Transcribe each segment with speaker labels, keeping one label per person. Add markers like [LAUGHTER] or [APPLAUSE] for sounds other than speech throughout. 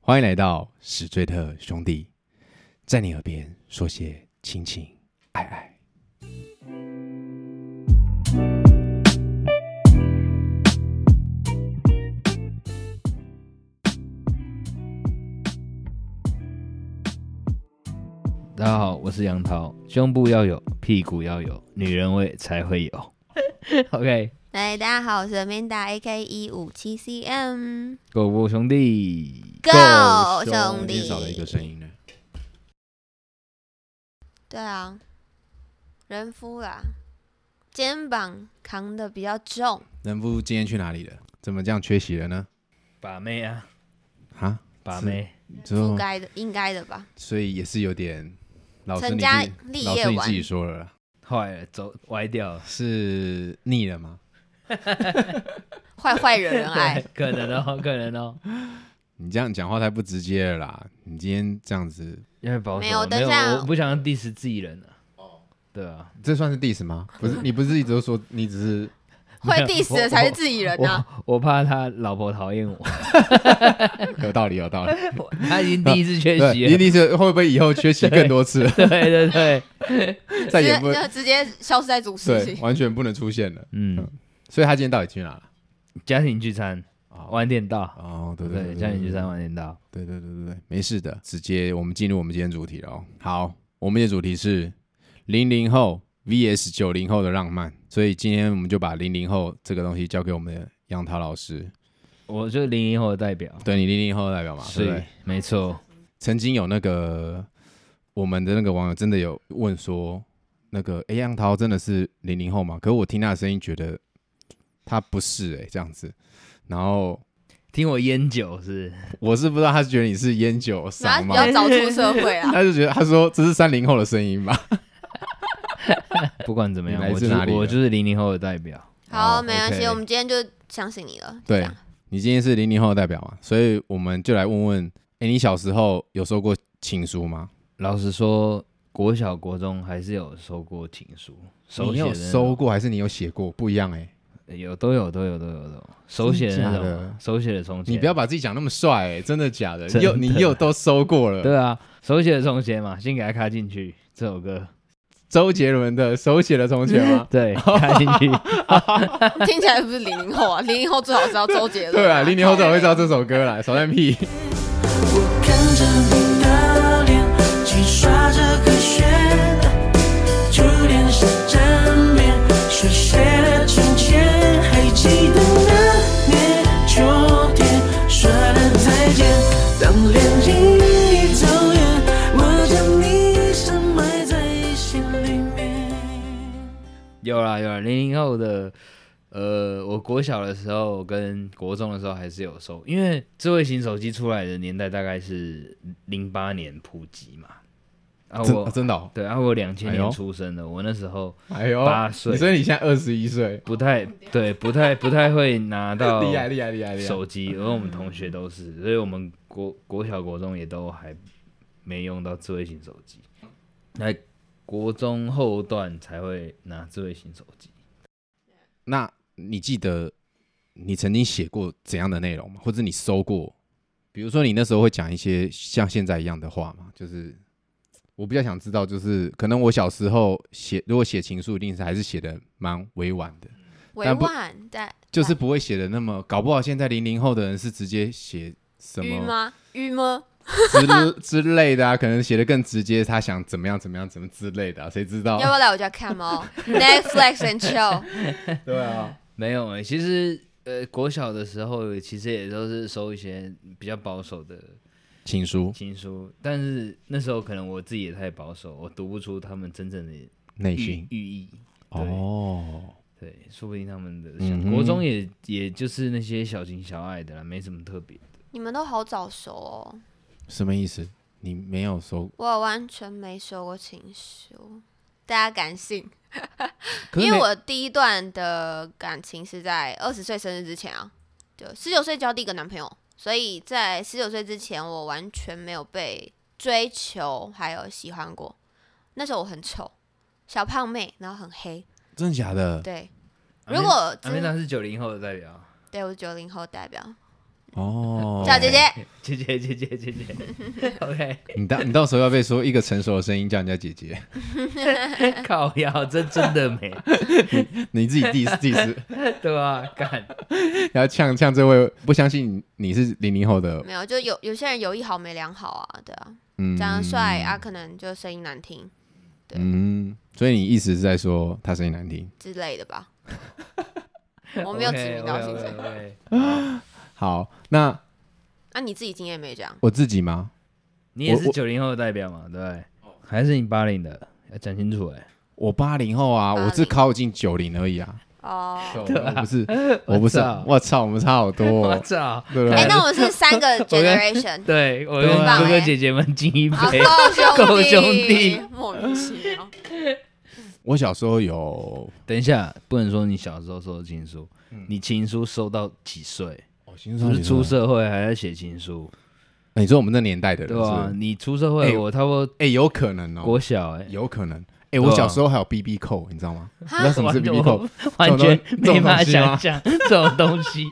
Speaker 1: 欢迎来到史最特兄弟，在你耳边说些亲情爱爱。
Speaker 2: 大家好，我是杨桃。胸部要有，屁股要有，女人味才会
Speaker 3: [LAUGHS]
Speaker 2: 有。OK，
Speaker 3: 嗨，大家好，我是 Amanda A.K. 一五七 C.M。
Speaker 2: 狗狗兄弟
Speaker 3: Go，
Speaker 2: Go，
Speaker 3: 兄弟
Speaker 1: 少了一个声音呢。
Speaker 3: 对啊，人夫啦，肩膀扛的比较重，
Speaker 1: 人夫今天去哪里了？怎么这样缺席了呢？
Speaker 2: 把妹啊，
Speaker 1: 啊，
Speaker 2: 把妹，
Speaker 1: 之
Speaker 3: 不
Speaker 1: 后
Speaker 3: 该的，应该的吧？
Speaker 1: 所以也是有点，老师
Speaker 3: 成
Speaker 1: 你
Speaker 3: 家
Speaker 1: 自己
Speaker 3: 立
Speaker 1: 老
Speaker 3: 业
Speaker 1: 师你
Speaker 3: 完
Speaker 1: 自己说了啦，
Speaker 2: 坏了，走歪掉了，，
Speaker 1: 是腻了吗？
Speaker 3: [LAUGHS] 坏坏惹人 [LAUGHS] 爱
Speaker 2: [LAUGHS] 可能哦，可能哦，
Speaker 1: 你这样讲话太不直接了啦！你今天这样子，
Speaker 2: 因为保守，啊
Speaker 3: 没
Speaker 2: 没
Speaker 3: 有等一下
Speaker 2: 我不想 diss 自己人啊。对啊，
Speaker 1: 这算是 diss 吗？不
Speaker 3: [LAUGHS]
Speaker 1: 是，你不是一直都说你只是
Speaker 3: 会 diss 的才是自己人啊呐、
Speaker 2: 我我怕他老婆讨厌
Speaker 3: [LAUGHS]
Speaker 2: 我，
Speaker 1: 有道理，有道理。
Speaker 2: 他已经第一次缺
Speaker 1: 对，
Speaker 2: 席
Speaker 1: 你
Speaker 2: 了。
Speaker 1: 你是会不会以后缺席更多
Speaker 3: [LAUGHS]
Speaker 1: 次，
Speaker 2: [LAUGHS] 对对对，
Speaker 1: 再也
Speaker 3: 直 [LAUGHS]
Speaker 1: 不
Speaker 3: 接直接消失在主视
Speaker 1: 对， [LAUGHS]
Speaker 3: 情。
Speaker 1: 完全不能出现了。
Speaker 2: 嗯，
Speaker 1: 所以他今天到底去哪了？
Speaker 2: 家庭聚餐，晚点到，
Speaker 1: 哦，对
Speaker 2: 对，家庭聚餐晚点到，
Speaker 1: 对对对对对，没事的，直接我们进入我们今天主题了哦。好，我们的主题是零零后 VS 九零后的浪漫，所以今天我们就把零零后这个东西交给我们的杨桃老师。
Speaker 2: 我就是零零后的代表，
Speaker 1: 对你零零后的代表嘛，对不
Speaker 2: 是
Speaker 1: 对？，
Speaker 2: 没错。
Speaker 1: 曾经有那个我们的那个网友真的有问说，那个哎杨桃真的是零零后吗？可是我听他的声音觉得他不是哎、这样子，然后
Speaker 2: 听我烟酒
Speaker 1: [LAUGHS]
Speaker 2: 是
Speaker 1: 我是不知道他是觉得你是烟酒
Speaker 3: 然后
Speaker 1: 嗓
Speaker 3: 比
Speaker 1: 吗？
Speaker 3: 较早出社会啊，
Speaker 1: [LAUGHS] 他就觉得他说这是三零后的声音吧？
Speaker 2: 不是，不管怎么样，
Speaker 1: 你来
Speaker 2: 我
Speaker 1: 自
Speaker 2: 就是
Speaker 1: 哪里的啊
Speaker 2: 我就是零零后的代表。
Speaker 3: 好，没关系
Speaker 2: OK
Speaker 3: 我们今天就相信你了。
Speaker 1: 哦对
Speaker 3: 这样 [LAUGHS]
Speaker 1: 你今天是零零后的代表嘛，所以我们就来问问，哎，你小时候有收过情书吗？
Speaker 2: 老实说，国小国中还是有收过情书，手
Speaker 1: 你
Speaker 2: 写的
Speaker 1: 有
Speaker 2: 那种
Speaker 1: 收过还是你有写过？不一样哎、
Speaker 2: 有都有都有都有都有手写的那
Speaker 1: 真的假的
Speaker 2: 种，手写的从前，
Speaker 1: 你不要把自己讲那么帅哎、真的假的？
Speaker 2: 真的
Speaker 1: 又你又都收过了，
Speaker 2: 对啊，手写的从前嘛，先给他卡进去这首歌，？
Speaker 1: 周杰伦的手写的从前吗 [LAUGHS]
Speaker 2: [LAUGHS] 对，卡进去，
Speaker 3: 听起来不是零零后啊，零零后最好知道周杰伦。
Speaker 1: [LAUGHS] 对啊，零零后早会知道这首歌
Speaker 2: [LAUGHS]
Speaker 1: 啦，少蛋屁。
Speaker 4: 我看着你的脸，轻刷着和谐的，就连是正面，水水的从前，还记得那年秋天说的再见。当恋情已走远，我将你深埋在心里面。
Speaker 2: 有啦有啦，零零后的。呃，我国小的时候跟国中的时候还是有收，因为智慧型手机出来的年代大概是零八年普及嘛，啊，
Speaker 1: 真
Speaker 2: 我
Speaker 1: 啊真的、哦，
Speaker 2: 对啊，我两千
Speaker 1: 哎呦
Speaker 2: 年出生的，我那时候
Speaker 1: 哎呦，
Speaker 2: 八岁
Speaker 1: 你所以你现在二十一岁，
Speaker 2: 不太对，不太不太会拿到
Speaker 1: [LAUGHS] 厉害厉害厉害厉害！
Speaker 2: 哦手机，而我们同学都是，所以我们国国小国中也都还没用到智慧型手机，那国中后段才会拿智慧型手机。
Speaker 1: 那你记得你曾经写过怎样的内容吗？或者你收过？比如说你那时候会讲一些像现在一样的话吗？就是我比较想知道，就是可能我小时候写，如果写情书，一定是还是写的蛮委婉的，
Speaker 3: 委
Speaker 1: 但不
Speaker 3: 婉在
Speaker 1: 就是不会写的那么，搞不好现在零零后的人是直接写什
Speaker 3: 晕
Speaker 1: 么
Speaker 3: 吗？晕吗？
Speaker 1: 之之类 [LAUGHS] 的啊，可能写的更直接，他想怎么样怎么样怎么之类的啊、谁知道
Speaker 3: 要？不要来我家
Speaker 1: [LAUGHS]
Speaker 3: 看猫？Netflix and chill。
Speaker 1: 对啊，
Speaker 2: 没有诶、其实呃，国小的时候其实也都是收一些比较保守的
Speaker 1: 情书
Speaker 2: 情书，但是那时候可能我自己也太保守，我读不出他们真正的寓
Speaker 3: 嗯
Speaker 1: 内心
Speaker 2: 寓意。对
Speaker 1: 哦，
Speaker 2: 对，说不定他们的
Speaker 1: 嗯哼
Speaker 2: 想国中也也就是那些小情小爱的啦，没什么特别的。
Speaker 3: 你们都好早熟哦，
Speaker 1: 什么意思？你没有收
Speaker 3: 我完全没收过情书，大家感性，
Speaker 1: 可是
Speaker 3: 因为
Speaker 1: 没
Speaker 3: 我第一段的感情是在二十岁生日之前啊，就十九岁交第一个男朋友，所以在十九岁之前，我完全没有被追求还有喜欢过。那时候我很丑，小胖妹，然后很黑，
Speaker 1: 真的假的？
Speaker 3: 对。如果
Speaker 2: 阿美
Speaker 3: 真
Speaker 2: 达是九零后的代表， [LAUGHS]
Speaker 3: 对我是九零后代表，
Speaker 1: 哦，
Speaker 3: 叫姐姐，
Speaker 2: 姐姐姐姐姐姐，OK， [LAUGHS]
Speaker 1: 你到你到时候要被说一个成熟的声音叫人家姐 [LAUGHS] 姐，
Speaker 2: 靠腰，这真的没，
Speaker 1: 你自己 diss diss，
Speaker 2: 对吧、干，
Speaker 1: 然后呛呛这位不相信你是零零后的，
Speaker 3: 没有，就有有些人有一好没两好啊，对啊，
Speaker 1: 嗯，
Speaker 3: 长得帅啊，可能就声音难听对
Speaker 1: 嗯，所以你意思是在说他声音难听？
Speaker 3: 之类
Speaker 1: [LAUGHS]
Speaker 3: 的吧。我没有指名道姓谁，
Speaker 2: o k
Speaker 1: 好，那
Speaker 3: 那、啊你自己经验没这样？
Speaker 1: 我自己吗？
Speaker 2: 你也是
Speaker 1: 我
Speaker 2: 九零后的代表嘛，对不对？
Speaker 1: 哦
Speaker 2: 还是你八零的？要讲清楚哎、
Speaker 1: 我八零后啊，我是
Speaker 3: 80
Speaker 1: 靠近九零而已啊，
Speaker 3: 哦，
Speaker 1: 我不是，啊我不是啊，
Speaker 2: 我
Speaker 1: 我操，我们差好多
Speaker 2: [LAUGHS] 我
Speaker 1: 哦，
Speaker 2: 操！
Speaker 1: 对不
Speaker 3: 哎、
Speaker 1: 对？
Speaker 3: 那我们是三
Speaker 1: [LAUGHS]
Speaker 3: 个
Speaker 2: 跟
Speaker 3: generation，
Speaker 2: 对我
Speaker 1: 对
Speaker 2: 跟
Speaker 1: 啊
Speaker 2: 哥哥姐姐们敬 [LAUGHS] 一杯
Speaker 1: 哎
Speaker 3: 啊，，
Speaker 2: 够
Speaker 3: 够
Speaker 2: 兄
Speaker 3: 兄
Speaker 2: 弟
Speaker 3: 弟，莫名其妙。
Speaker 1: 我小时候有，哦
Speaker 2: 等一下，不能说你小时候收的情书，
Speaker 1: 嗯
Speaker 2: 你情书收到几岁？
Speaker 1: 我心
Speaker 2: 不
Speaker 1: 中哎
Speaker 2: 是出社会还在写情书，
Speaker 1: 你说我们那年代的人
Speaker 2: 对
Speaker 1: 是
Speaker 2: 吧、
Speaker 1: 不是？
Speaker 2: 你出社
Speaker 1: 哎
Speaker 2: 会，我差不多
Speaker 1: 哎，有可能哦
Speaker 2: 国，小哎、
Speaker 1: 有可能。哎，
Speaker 2: 对
Speaker 1: 我
Speaker 2: 啊
Speaker 1: 小时候还有 BB 扣，你知道吗？你知道什么是
Speaker 2: 完
Speaker 1: BB 扣
Speaker 2: 我？ [LAUGHS] 完全没法
Speaker 1: 这种东西吗 [LAUGHS]
Speaker 2: 想象这种东西，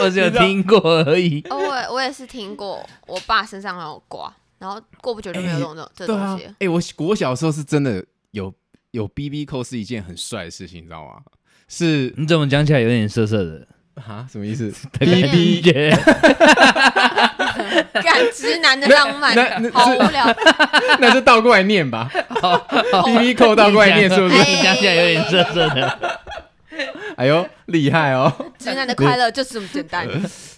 Speaker 2: 我只有听过而已。
Speaker 3: 哦，我我也是听过，我爸身上好像有挂，然后过不久就没有用这种这
Speaker 1: 对
Speaker 3: 东
Speaker 1: 啊
Speaker 3: 西了。，
Speaker 1: 哎，我我小时候是真的有有 BB 扣是一件很帅的事情，你知道吗？是
Speaker 2: 你怎么讲起来有点涩涩的？
Speaker 1: 啊，什么意思？
Speaker 2: [LAUGHS] 的感觉，
Speaker 3: 干直男的浪漫
Speaker 1: 那那，
Speaker 3: 好无聊。
Speaker 1: 那就倒过来念吧，BB 扣倒过来念是不是？
Speaker 3: 哎
Speaker 2: [LAUGHS] 你讲起来有点涩涩的。
Speaker 1: 哎呦，厉害哦！
Speaker 3: 直男的快乐就是这么
Speaker 1: [LAUGHS]
Speaker 3: 简单。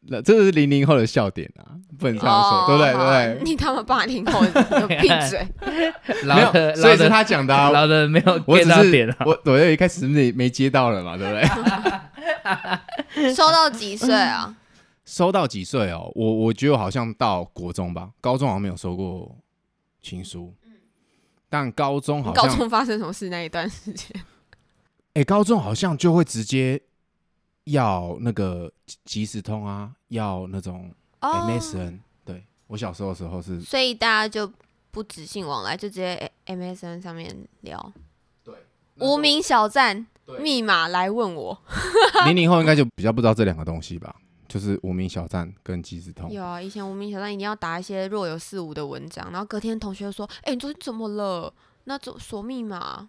Speaker 1: 那这是零零后的笑点啊，不能这样说，对不对？
Speaker 3: 好啊
Speaker 1: 对不对？
Speaker 3: 你他妈八零后，你闭嘴！
Speaker 1: 没
Speaker 2: 老的，
Speaker 1: 有，所以
Speaker 2: 老
Speaker 1: 是
Speaker 2: 的
Speaker 1: 他讲的啊。
Speaker 2: 老的没有
Speaker 1: 我只
Speaker 2: get 到点
Speaker 1: 是
Speaker 2: 啊。
Speaker 1: 我，我就一开始没没接到了嘛，对不对？
Speaker 3: [LAUGHS] 收到几岁啊？
Speaker 1: 收到几岁哦？我我觉得我好像到国中吧，高中好像没有收过情书。但高中
Speaker 3: 你
Speaker 1: 好
Speaker 3: 高
Speaker 1: 像，
Speaker 3: 中发生什么事那一段时间？
Speaker 1: 哎、高中好像就会直接要那个即即时通啊，要那种 MSN。对我小时候的时候是
Speaker 3: 哦所以大家就不直信往来，就直接 MSN 上面聊。
Speaker 1: 对
Speaker 3: 无名小站密码来问我。
Speaker 1: [LAUGHS] 零零后应该就比较不知道这两个东西吧，就是无名小站跟即时通。
Speaker 3: 有啊，以前无名小站一定要打一些若有似无的文章，然后隔天同学就说：“哎、你昨天怎么了？那怎锁密码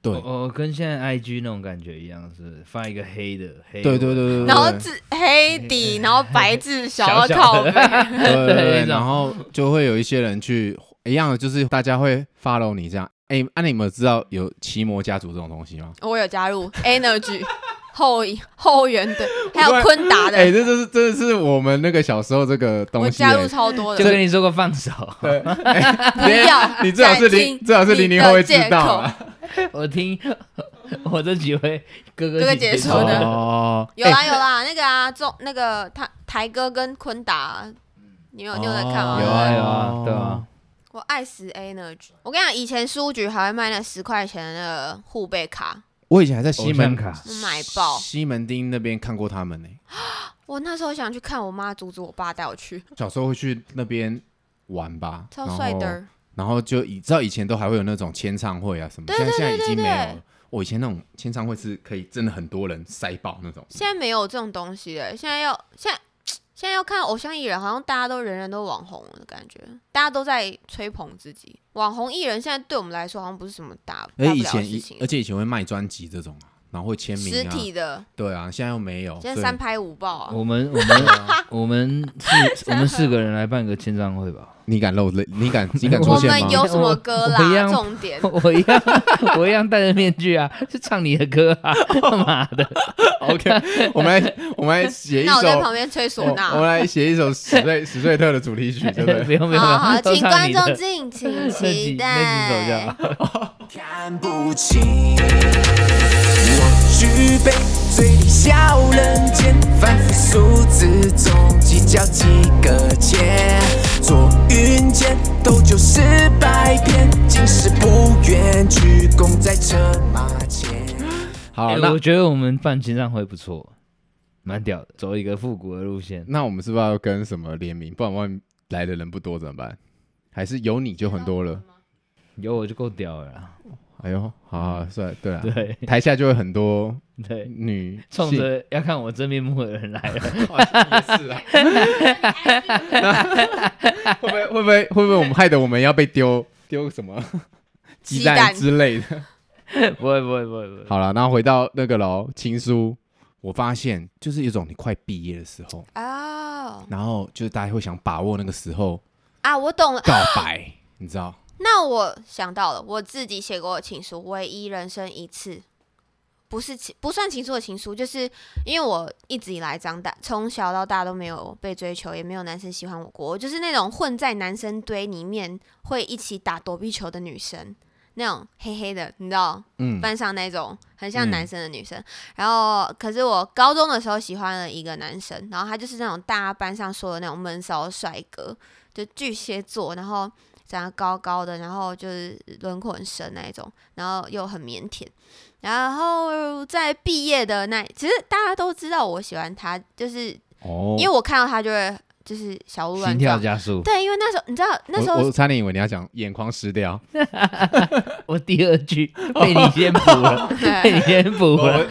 Speaker 1: 对 [LAUGHS]
Speaker 2: 我我跟现在 IG 那种感觉一样，是发一个黑的黑。
Speaker 1: 对对对对，对？”
Speaker 3: 然后
Speaker 1: 对
Speaker 3: 字黑底，然后白字
Speaker 1: [LAUGHS]
Speaker 2: 小
Speaker 3: 小到
Speaker 2: 小
Speaker 3: 靠
Speaker 2: 的
Speaker 3: 背。
Speaker 1: 对对
Speaker 2: 对
Speaker 1: 对，
Speaker 2: 那种
Speaker 1: 然后就会有一些人去一样的，就是大家会 follow 你这样。哎，那、你们知道有奇摩家族这种东西吗？
Speaker 3: 我有加入 Energy 后后援的，还
Speaker 1: 我突
Speaker 3: 有
Speaker 1: 然
Speaker 3: 昆达
Speaker 1: 哎，
Speaker 3: 的，
Speaker 1: 这就是真的是我们那个小时候这个
Speaker 3: 我
Speaker 1: 东西、
Speaker 3: 加入
Speaker 1: 哎
Speaker 3: 超多
Speaker 2: 就
Speaker 3: 的。
Speaker 2: 跟你说过放手，
Speaker 1: 对，
Speaker 3: 不要，
Speaker 1: 哎啊你最好是零，最好是零零后会知道啊。
Speaker 2: [LAUGHS] 我听 [LAUGHS] 我这几位哥哥
Speaker 3: 哥哥
Speaker 2: 姐
Speaker 3: 姐
Speaker 2: 姐
Speaker 3: 说的
Speaker 1: 哦，
Speaker 3: 有
Speaker 1: 哎
Speaker 3: 啦有啦，那个啊，中那个他台哥跟昆达，啊你有你有在看吗？
Speaker 1: 哦
Speaker 2: 有啊有啊，对啊，
Speaker 3: 我爱死 Energy。我跟你讲，以前书局还会卖那十块钱的护贝卡，
Speaker 1: 我以前还在西
Speaker 2: 偶像
Speaker 1: 门
Speaker 2: 卡
Speaker 3: 我买爆。
Speaker 1: 西门町那边看过他们呢、
Speaker 3: 我那时候想去看，我妈阻止我爸带我去，
Speaker 1: 小时候会去那边玩吧，
Speaker 3: 超帅
Speaker 1: 然后
Speaker 3: 的。
Speaker 1: 然后就以知道以前都还会有那种签唱会啊什么，
Speaker 3: 对
Speaker 1: 现在现在已
Speaker 3: 对
Speaker 1: 经
Speaker 3: 对
Speaker 1: 没有
Speaker 3: 对
Speaker 1: 了。我以前那种签唱会是可以真的很多人塞爆那种，
Speaker 3: 现在没有这种东西了，现在要现在现在要看偶像艺人，好像大家都人人都网红了的感觉，大家都在吹捧自己。网红艺人现在对我们来说好像不是什么大大不
Speaker 1: 而
Speaker 3: 了
Speaker 1: 哎且以
Speaker 3: 的
Speaker 1: 前
Speaker 3: 事
Speaker 1: 以
Speaker 3: 情
Speaker 1: 而，且以前会卖专辑这种啊，然后会签名
Speaker 3: 实
Speaker 1: 啊，
Speaker 3: 体的
Speaker 1: 对啊，现在又没有，
Speaker 3: 现在
Speaker 1: 所以
Speaker 3: 三拍五爆
Speaker 1: 哦
Speaker 3: 啊！
Speaker 2: 我们我们
Speaker 1: 啊
Speaker 2: 我们
Speaker 3: [LAUGHS]
Speaker 2: 四我们四个人来办个签唱会吧。 [LAUGHS]
Speaker 1: 你敢露泪，你
Speaker 3: [LAUGHS]
Speaker 1: 敢你敢
Speaker 2: 我
Speaker 1: 出
Speaker 3: 我
Speaker 1: 现
Speaker 3: 们
Speaker 1: 吗？
Speaker 3: 有什么歌啦
Speaker 2: 我我一？样
Speaker 3: 重
Speaker 2: [LAUGHS]
Speaker 3: 点
Speaker 2: 我一样，我一样戴着面具啊，就唱你的歌啊， [LAUGHS] 妈的！ [LAUGHS]
Speaker 1: OK，我们来我们来写一
Speaker 3: 那我在旁
Speaker 1: 首，
Speaker 3: 边吹唢
Speaker 1: 我我们
Speaker 3: 呐。
Speaker 1: 来写一首史瑞史瑞特的主题曲，对不
Speaker 2: 不
Speaker 3: [LAUGHS]
Speaker 1: 对？
Speaker 2: 用不用，
Speaker 3: 好好，
Speaker 2: 都
Speaker 3: 请
Speaker 2: 唱
Speaker 3: 观
Speaker 2: 你的
Speaker 3: 众敬请
Speaker 2: 那几
Speaker 3: 期
Speaker 2: 那几首
Speaker 3: 待
Speaker 2: 就。好。
Speaker 4: 看不清。我举杯，醉里笑人间，反复数字中计较几个钱。坐云间，斗酒诗百篇，今世不愿鞠躬在车马前。
Speaker 1: 好，
Speaker 2: 哎
Speaker 1: 那
Speaker 2: 我觉得我们办签唱会不错，蛮屌的，走一个复古的路线。
Speaker 1: 那我们是不是要跟什么联名？不然外面来的人不多怎么办？还是有你就很多了？
Speaker 2: 有我就够屌了啦， [LAUGHS]
Speaker 1: 哎呦，好好，算了对啊，
Speaker 2: 对，
Speaker 1: 台下就会很多
Speaker 2: 对，
Speaker 1: 女 [LAUGHS]
Speaker 2: 冲
Speaker 1: 性
Speaker 2: 着要看我真面目的人来
Speaker 1: [LAUGHS]
Speaker 2: 了。
Speaker 1: 好像也是啊，会不会会不会会不会我们害得我们要被丢丢什么鸡
Speaker 3: 鸡
Speaker 1: 蛋
Speaker 3: 蛋
Speaker 1: 之类的？
Speaker 2: 不会不会不会不会，
Speaker 1: [LAUGHS] 好了，那回到那个喽，情书，我发现就是有种你快毕业的时候，
Speaker 3: 哦
Speaker 1: 然后就是大家会想把握那个时候
Speaker 3: 啊，我懂了。
Speaker 1: 告
Speaker 3: [LAUGHS]
Speaker 1: 白，你知道？
Speaker 3: 那我想到了，我自己写过的情书，唯一人生一次，不是情不算情书的情书，就是因为我一直以来长大，从小到大都没有被追求，也没有男生喜欢我过，我就是那种混在男生堆里面会一起打躲避球的女生，那种黑黑的，你知道，
Speaker 1: 嗯，
Speaker 3: 班上那种很像
Speaker 1: 嗯
Speaker 3: 男生的女生。然后，可是我高中的时候喜欢了一个男生，然后他就是那种大家班上说的那种闷骚帅哥，就巨蟹座，然后长得高高的，然后就是轮廓很深那一种，然后又很腼腆。然后在毕业的那，其实大家都知道我喜欢他，就是
Speaker 1: 哦，
Speaker 3: 因为我看到他就会就是小鹿乱
Speaker 2: 心跳
Speaker 3: 撞。
Speaker 2: 加速。
Speaker 3: 对，因为那时候你知道那时
Speaker 1: 我
Speaker 3: [LAUGHS]
Speaker 1: 我
Speaker 3: 候
Speaker 1: 差点以为你要讲眼眶湿掉，
Speaker 2: 我第二句被你先补
Speaker 3: [LAUGHS]
Speaker 2: 了，被
Speaker 3: 对
Speaker 2: 你先补了。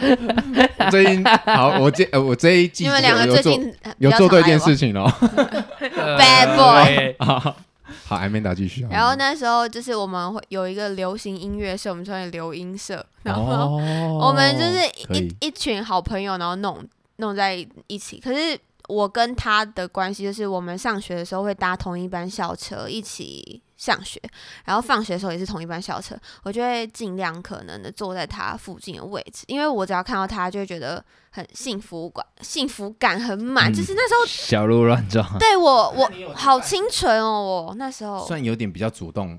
Speaker 1: 我最
Speaker 3: [LAUGHS]
Speaker 1: 近好，我这呃我这一季
Speaker 3: 你们两个
Speaker 1: 有
Speaker 3: 最
Speaker 1: 做
Speaker 3: 近
Speaker 1: 有做对一件
Speaker 3: 情。
Speaker 1: 事情喽。
Speaker 2: 呃
Speaker 3: Bad boy
Speaker 1: 好， [LAUGHS] 好，艾美达继续。啊
Speaker 3: 然后？那时候就是我们会有一个流行音乐社，我们称为流音社，然后
Speaker 1: 哦，
Speaker 3: 我们就是
Speaker 1: 可
Speaker 3: 一
Speaker 1: 以
Speaker 3: 一群好朋友，然后弄弄在一起。可是我跟他的关系就是，我们上学的时候会搭同一班校车一起上学，然后放学的时候也是同一班校车。我就会尽量可能的坐在他附近的位置，因为我只要看到他，就会觉得很幸福感，幸福感很满。
Speaker 2: 嗯
Speaker 3: 就是那时候
Speaker 2: 小鹿乱撞，
Speaker 3: 对我我好清纯哦，我那时候
Speaker 1: 算有点比较主动，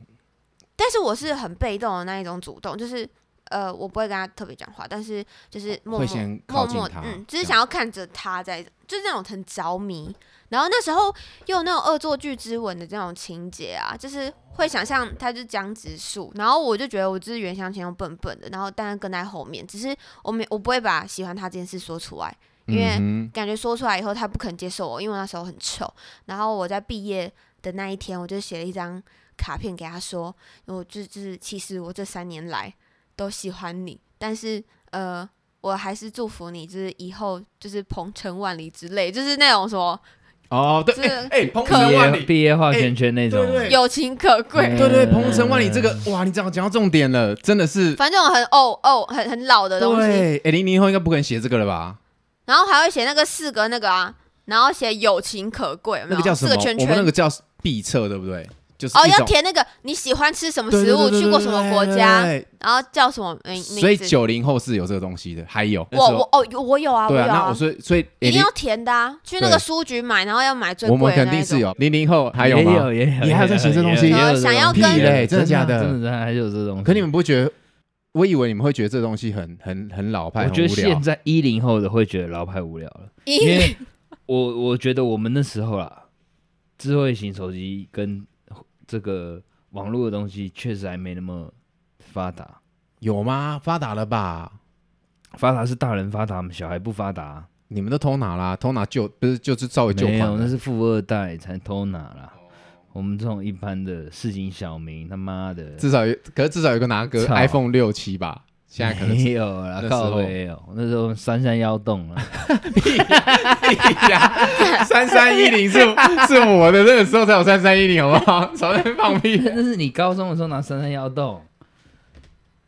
Speaker 3: 但是我是很被动的那一种主动，就是呃，我不会跟他特别讲话，但是就是默
Speaker 1: 哦会
Speaker 3: 默
Speaker 1: 先靠
Speaker 3: 默
Speaker 1: 近
Speaker 3: 默
Speaker 1: 他，
Speaker 3: 嗯，就是想要看着他在，就是那种很着迷。然后那时候又有那种恶作剧之吻的这种情节啊，就是会想象他就是江直树，然后我就觉得我就是袁湘琴又笨笨的，然后但是跟在后面，只是我没我不会把喜欢他这件事说出来，因为
Speaker 1: 嗯
Speaker 3: 感觉说出来以后他不肯接受我，因为我那时候很丑。然后我在毕业的那一天，我就写了一张卡片给他说，我就就是其实我这三年来都喜欢你，但是呃，我还是祝福你，就是以后就是鹏程万里之类，就是那种什么
Speaker 1: 哼哦，对，
Speaker 3: 这
Speaker 1: 哎哎，鹏
Speaker 3: 可
Speaker 1: 程万
Speaker 2: 毕业
Speaker 1: 里，
Speaker 2: 毕业画圈圈那种。
Speaker 1: 对对
Speaker 3: 友情可贵。
Speaker 1: 对对，鹏程万里这个，哇，你讲讲到重点了，真的是，
Speaker 3: 反正我很哦哦，很很老的东西，
Speaker 1: 对，哎，零零以后应该不可能写这个了吧？
Speaker 3: 然后还会写那个四个那个啊，然后写友情可贵，有没
Speaker 1: 那
Speaker 3: 有
Speaker 1: 个叫什
Speaker 3: 四
Speaker 1: 么？
Speaker 3: 个圈
Speaker 1: 我们那
Speaker 3: 圈
Speaker 1: 个叫必测，对不对？就是
Speaker 3: 哦，
Speaker 1: 一
Speaker 3: 要
Speaker 1: 种
Speaker 3: 填那个你喜欢吃什么
Speaker 1: 对
Speaker 3: 食
Speaker 1: 对
Speaker 3: 物，
Speaker 1: 对
Speaker 3: 去
Speaker 1: 对
Speaker 3: 过
Speaker 1: 对
Speaker 3: 什么
Speaker 1: 对
Speaker 3: 国
Speaker 1: 对
Speaker 3: 家，
Speaker 1: 对
Speaker 3: 然后叫什么名名字。
Speaker 1: 所以九零后是有这个东西的，还有那时
Speaker 3: 我
Speaker 1: 候
Speaker 3: 我哦有我有啊，
Speaker 1: 对
Speaker 3: 有
Speaker 1: 啊，那
Speaker 3: 啊
Speaker 1: 我，所以所以
Speaker 3: 一
Speaker 1: 诶
Speaker 3: 定
Speaker 1: 零
Speaker 3: 要填的啊，去那个
Speaker 1: 对
Speaker 3: 书局买，然后要买最
Speaker 1: 我
Speaker 3: 贵
Speaker 1: 们肯
Speaker 3: 的那一
Speaker 1: 定是
Speaker 3: 种。
Speaker 1: 有零零后还有
Speaker 2: 也
Speaker 1: 吗？
Speaker 2: 有也有，
Speaker 1: 你还有在
Speaker 2: 也有
Speaker 1: 写这东西
Speaker 2: 也有
Speaker 3: 然后
Speaker 2: 也有
Speaker 3: 想要
Speaker 2: 这种
Speaker 1: 跟屁嘞真的假的
Speaker 2: 的？啊真的还有这种？
Speaker 1: 可你们不觉得？我以为你们会觉得这东西很很很老派，
Speaker 2: 我
Speaker 1: 很
Speaker 2: 觉得
Speaker 1: 无聊
Speaker 2: 现。在一零后的会觉得老派无聊了，因
Speaker 3: 一
Speaker 2: 为我我觉得我们那时候啦，智慧型手机跟这个网络的东西确实还没那么发达。
Speaker 1: 有吗？发达了吧？
Speaker 2: 发达是大人发达，我们小孩不发达。
Speaker 1: 你们都偷拿啦，偷拿旧不是就是稍微旧
Speaker 2: 没
Speaker 1: 款
Speaker 2: 有，那
Speaker 1: 的，
Speaker 2: 是富二代才偷拿啦。我们这种一般的市井小民，他妈的，
Speaker 1: 至少有，可是至少有个拿个
Speaker 2: 操
Speaker 1: iPhone 六七吧，现在可能
Speaker 2: 没
Speaker 1: 是
Speaker 2: 有啦
Speaker 1: 那，时候
Speaker 2: 靠没有，那时候三山腰洞啊了。
Speaker 1: [LAUGHS] 三三一零是是我的那个时候才有三三一零，好不 [LAUGHS] 好？少在那边放屁
Speaker 2: 那是你高中的时候拿三三幺洞，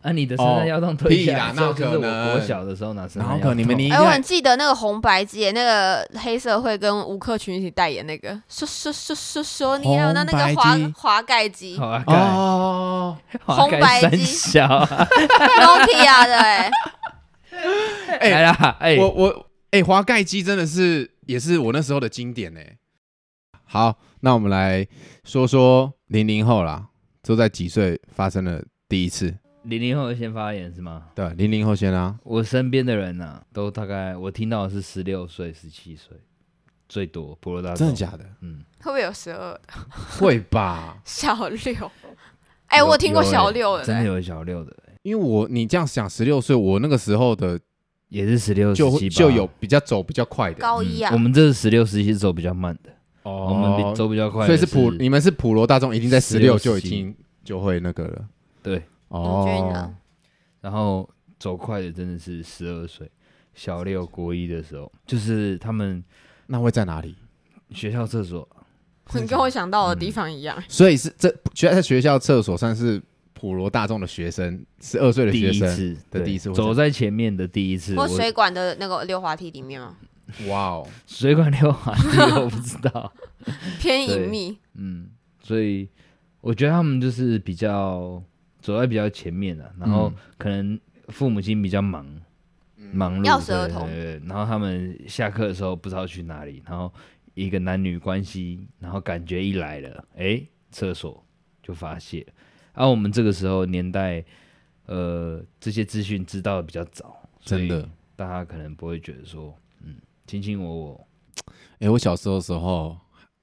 Speaker 2: 啊，你的三三幺洞推下来
Speaker 1: 哦屁啦
Speaker 2: 之
Speaker 1: 那可
Speaker 2: 后就是我
Speaker 1: 能
Speaker 2: 国小的时候拿三
Speaker 1: 然
Speaker 2: 三
Speaker 1: 后
Speaker 2: 幺洞。
Speaker 1: 可你们你
Speaker 3: 哎，我很记得那个红白机耶，那个黑社会跟吴克群一起代言那个，说说说说说，你还有那那个
Speaker 1: 红
Speaker 3: 滑
Speaker 1: 白机
Speaker 3: 滑盖机
Speaker 2: 好啊，盖
Speaker 1: 哦，
Speaker 2: 好啊
Speaker 3: 红白
Speaker 2: 盖三
Speaker 3: 机
Speaker 2: 小
Speaker 3: [LAUGHS]
Speaker 2: 啊，
Speaker 3: ，Nokia 的哎，
Speaker 1: 哎
Speaker 2: 来啦，哎，
Speaker 1: 我我哎，滑盖机真的是也是我那时候的经典哎。好，那我们来说说零零后啦，都在几岁发生了第一次？
Speaker 2: 零零后先发言是吗？
Speaker 1: 对，零零后先啊啦，
Speaker 2: 我身边的人呐，都大概我听到的是十六岁、十七岁最多，普罗大众
Speaker 1: 真的假的？
Speaker 2: 嗯，
Speaker 3: 会不会有十二
Speaker 1: 会吧？
Speaker 3: 小六？哎，我有听过小六
Speaker 2: 欸
Speaker 3: 的
Speaker 2: 真的
Speaker 3: 嘞，
Speaker 2: 有小六的，欸
Speaker 1: 因为我你这样想，十六岁，我那个时候的
Speaker 2: 也是十六、十
Speaker 1: 就
Speaker 2: 七嗯
Speaker 1: 就有比较走比较快的，
Speaker 3: 高一啊
Speaker 2: 我，们这是十六、十七走比较慢的，
Speaker 1: 哦
Speaker 2: 我们比走比较快
Speaker 1: 所
Speaker 2: 的
Speaker 1: 以
Speaker 2: 是，
Speaker 1: 是普你们是普罗大众，已经在十
Speaker 2: 16
Speaker 1: 六就已
Speaker 2: 17
Speaker 1: 经就会那个了。
Speaker 2: 对
Speaker 3: 平均啊
Speaker 1: 哦，
Speaker 2: 然后走快的真的是十二岁，小六国一的时候，就是他们
Speaker 1: 那会在哪里？
Speaker 2: 学校厕所
Speaker 1: 真
Speaker 3: 你
Speaker 1: 的
Speaker 3: 跟我想到的地方一样，
Speaker 1: 所以是这学在学校厕所算是普罗大众的学生，十二岁的
Speaker 2: 第
Speaker 1: 学
Speaker 2: 一
Speaker 1: 生
Speaker 2: 次
Speaker 1: 的
Speaker 2: 对
Speaker 1: 第一次会
Speaker 2: 走在前面的第一次，
Speaker 3: 或
Speaker 2: 我
Speaker 3: 水管的那个溜滑梯里面吗？
Speaker 1: 哇哦，
Speaker 2: 水管溜滑梯我不知道， [LAUGHS]
Speaker 3: 偏
Speaker 2: 对
Speaker 3: 隐秘，
Speaker 2: 嗯，所以我觉得他们就是比较走在比较前面的、然后
Speaker 1: 嗯
Speaker 2: 可能父母亲比较忙，忙碌，
Speaker 3: 钥匙
Speaker 2: 对
Speaker 3: 儿童
Speaker 2: 对对然后他们下课的时候不知道去哪里，然后一个男女关系，然后感觉一来了，哎，厕所就发泄了。而、我们这个时候年代，呃，这些资讯知道的比较早，所以
Speaker 1: 真的。
Speaker 2: 大家可能不会觉得说，嗯，卿卿我我，
Speaker 1: 哎、我小时候的时候，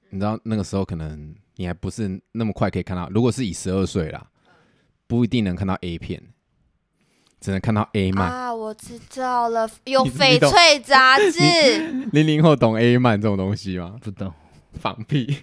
Speaker 1: 你知道那个时候可能你还不是那么快可以看到，如果是以十二岁啦，不一定能看到 A 片，只能看到 A 漫。
Speaker 3: 啊，我知道
Speaker 1: [LAUGHS]
Speaker 3: 了，有
Speaker 1: 你你
Speaker 3: 翡
Speaker 1: 懂
Speaker 3: 翠杂志，
Speaker 1: 零零后懂 A 漫这种东西吗？
Speaker 2: 不懂。
Speaker 1: 放屁！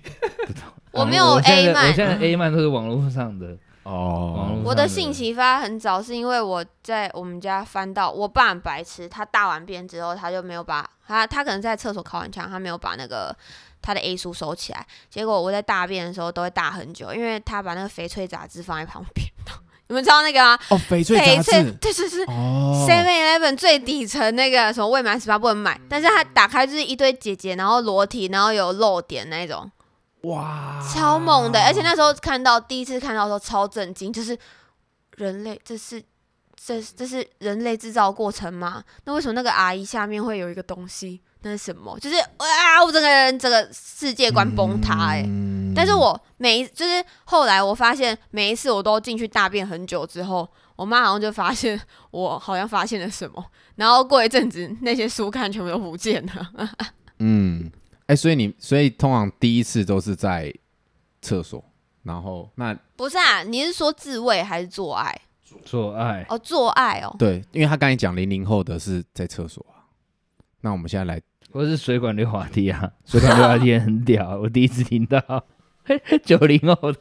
Speaker 3: 我没
Speaker 2: 网
Speaker 3: 有
Speaker 2: 络现在
Speaker 3: A 嗯
Speaker 2: 的啊我
Speaker 3: 漫，
Speaker 2: 现在的 A 漫都是网络上的，
Speaker 1: 哦
Speaker 2: 网络
Speaker 3: 我的性启发很早，是因为我在我们家翻到我爸很白痴，他大完便之后他就没有把他他可能在厕所烤完枪，他没有把那个他的 A 书收起来，结果我在大便的时候都会大很久，因为他把那个翡翠杂志放在旁边。 [LAUGHS] 你们知道那个吗？
Speaker 1: 哦，翡翠
Speaker 3: 翡
Speaker 1: 杂
Speaker 3: 翠
Speaker 1: 志
Speaker 3: 对对对
Speaker 1: 哦，嗯
Speaker 3: Seven Eleven 最底层那个什么未满十八不能买，但是他打开就是一堆姐姐，然后裸体，然后有露点那种，
Speaker 1: 哇，
Speaker 3: 超猛的。而且那时候看到第一次看到的时候超震惊，就是人类这是这这是人类制造过程吗？那为什么那个阿姨下面会有一个东西？那是什么？就是啊，我整个人整个世界观崩塌哎、欸
Speaker 1: 嗯
Speaker 3: 但是我每一就是后来我发现每一次我都进去大便很久之后，我妈好像就发现我好像发现了什么，然后过一阵子那些书看全部都不见了。
Speaker 1: 嗯，哎、所以你所以通常第一次都是在厕所，然后那
Speaker 3: [LAUGHS] 不是啊，你是说自慰还是做爱？
Speaker 2: 做爱，
Speaker 3: 哦，做爱哦，
Speaker 1: 对，因为他刚才讲零零后的是在厕所啊，那我们现在来
Speaker 2: 或者是水管溜滑梯啊，水管溜滑梯也很屌， [LAUGHS] 我第一次听到 [LAUGHS] 九零后的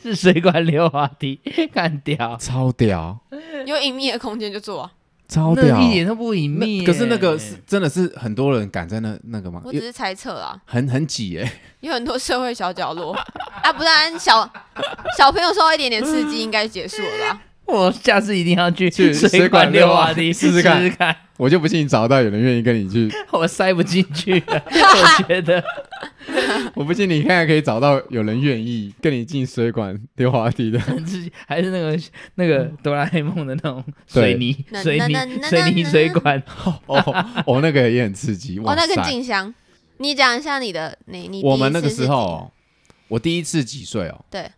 Speaker 2: 是水管溜滑梯， [LAUGHS] 干屌，
Speaker 1: 超屌，
Speaker 3: 有隐秘的空间就做、啊，
Speaker 1: 超屌
Speaker 2: 那，一点都不隐
Speaker 1: 那
Speaker 2: 秘耶。
Speaker 1: 可是那个是真的是很多人敢在那那个吗？
Speaker 3: 我
Speaker 1: 因
Speaker 3: 只
Speaker 1: 为
Speaker 3: 是猜测啊，
Speaker 1: 很很挤哎、
Speaker 3: 有很多社会小角 [LAUGHS] 落啊，不然小小朋友受到一点点刺激应该结束了 [LAUGHS] 吧？
Speaker 2: 我下次一定要去
Speaker 1: 去
Speaker 2: 水管溜滑梯
Speaker 1: 水管
Speaker 2: 试
Speaker 1: 溜滑
Speaker 2: 看
Speaker 1: 梯试试 [LAUGHS] 我就不信找到有人愿意跟你去， [LAUGHS]
Speaker 2: 我塞不进去啊，
Speaker 3: 哦
Speaker 2: 我觉得
Speaker 1: 我不信你看看可以找到有人愿意跟你进水管溜滑梯的。 [LAUGHS]
Speaker 2: 自己还是那个那个
Speaker 1: 嗯
Speaker 2: 哆啦 A 梦的那种水泥
Speaker 3: 对
Speaker 2: 水
Speaker 3: 那那那
Speaker 2: 泥
Speaker 3: 那
Speaker 2: 水泥
Speaker 3: 那
Speaker 2: 水管，
Speaker 1: 哦哦，那个也很刺激，哇
Speaker 3: 哦，那
Speaker 1: 塞
Speaker 3: 更静香，你讲一下你的你你
Speaker 1: 我
Speaker 3: 第一
Speaker 1: 们那
Speaker 3: 次
Speaker 1: 个
Speaker 3: 是
Speaker 1: 时
Speaker 3: 几，
Speaker 1: 候，我第一次几岁哦？
Speaker 3: 对，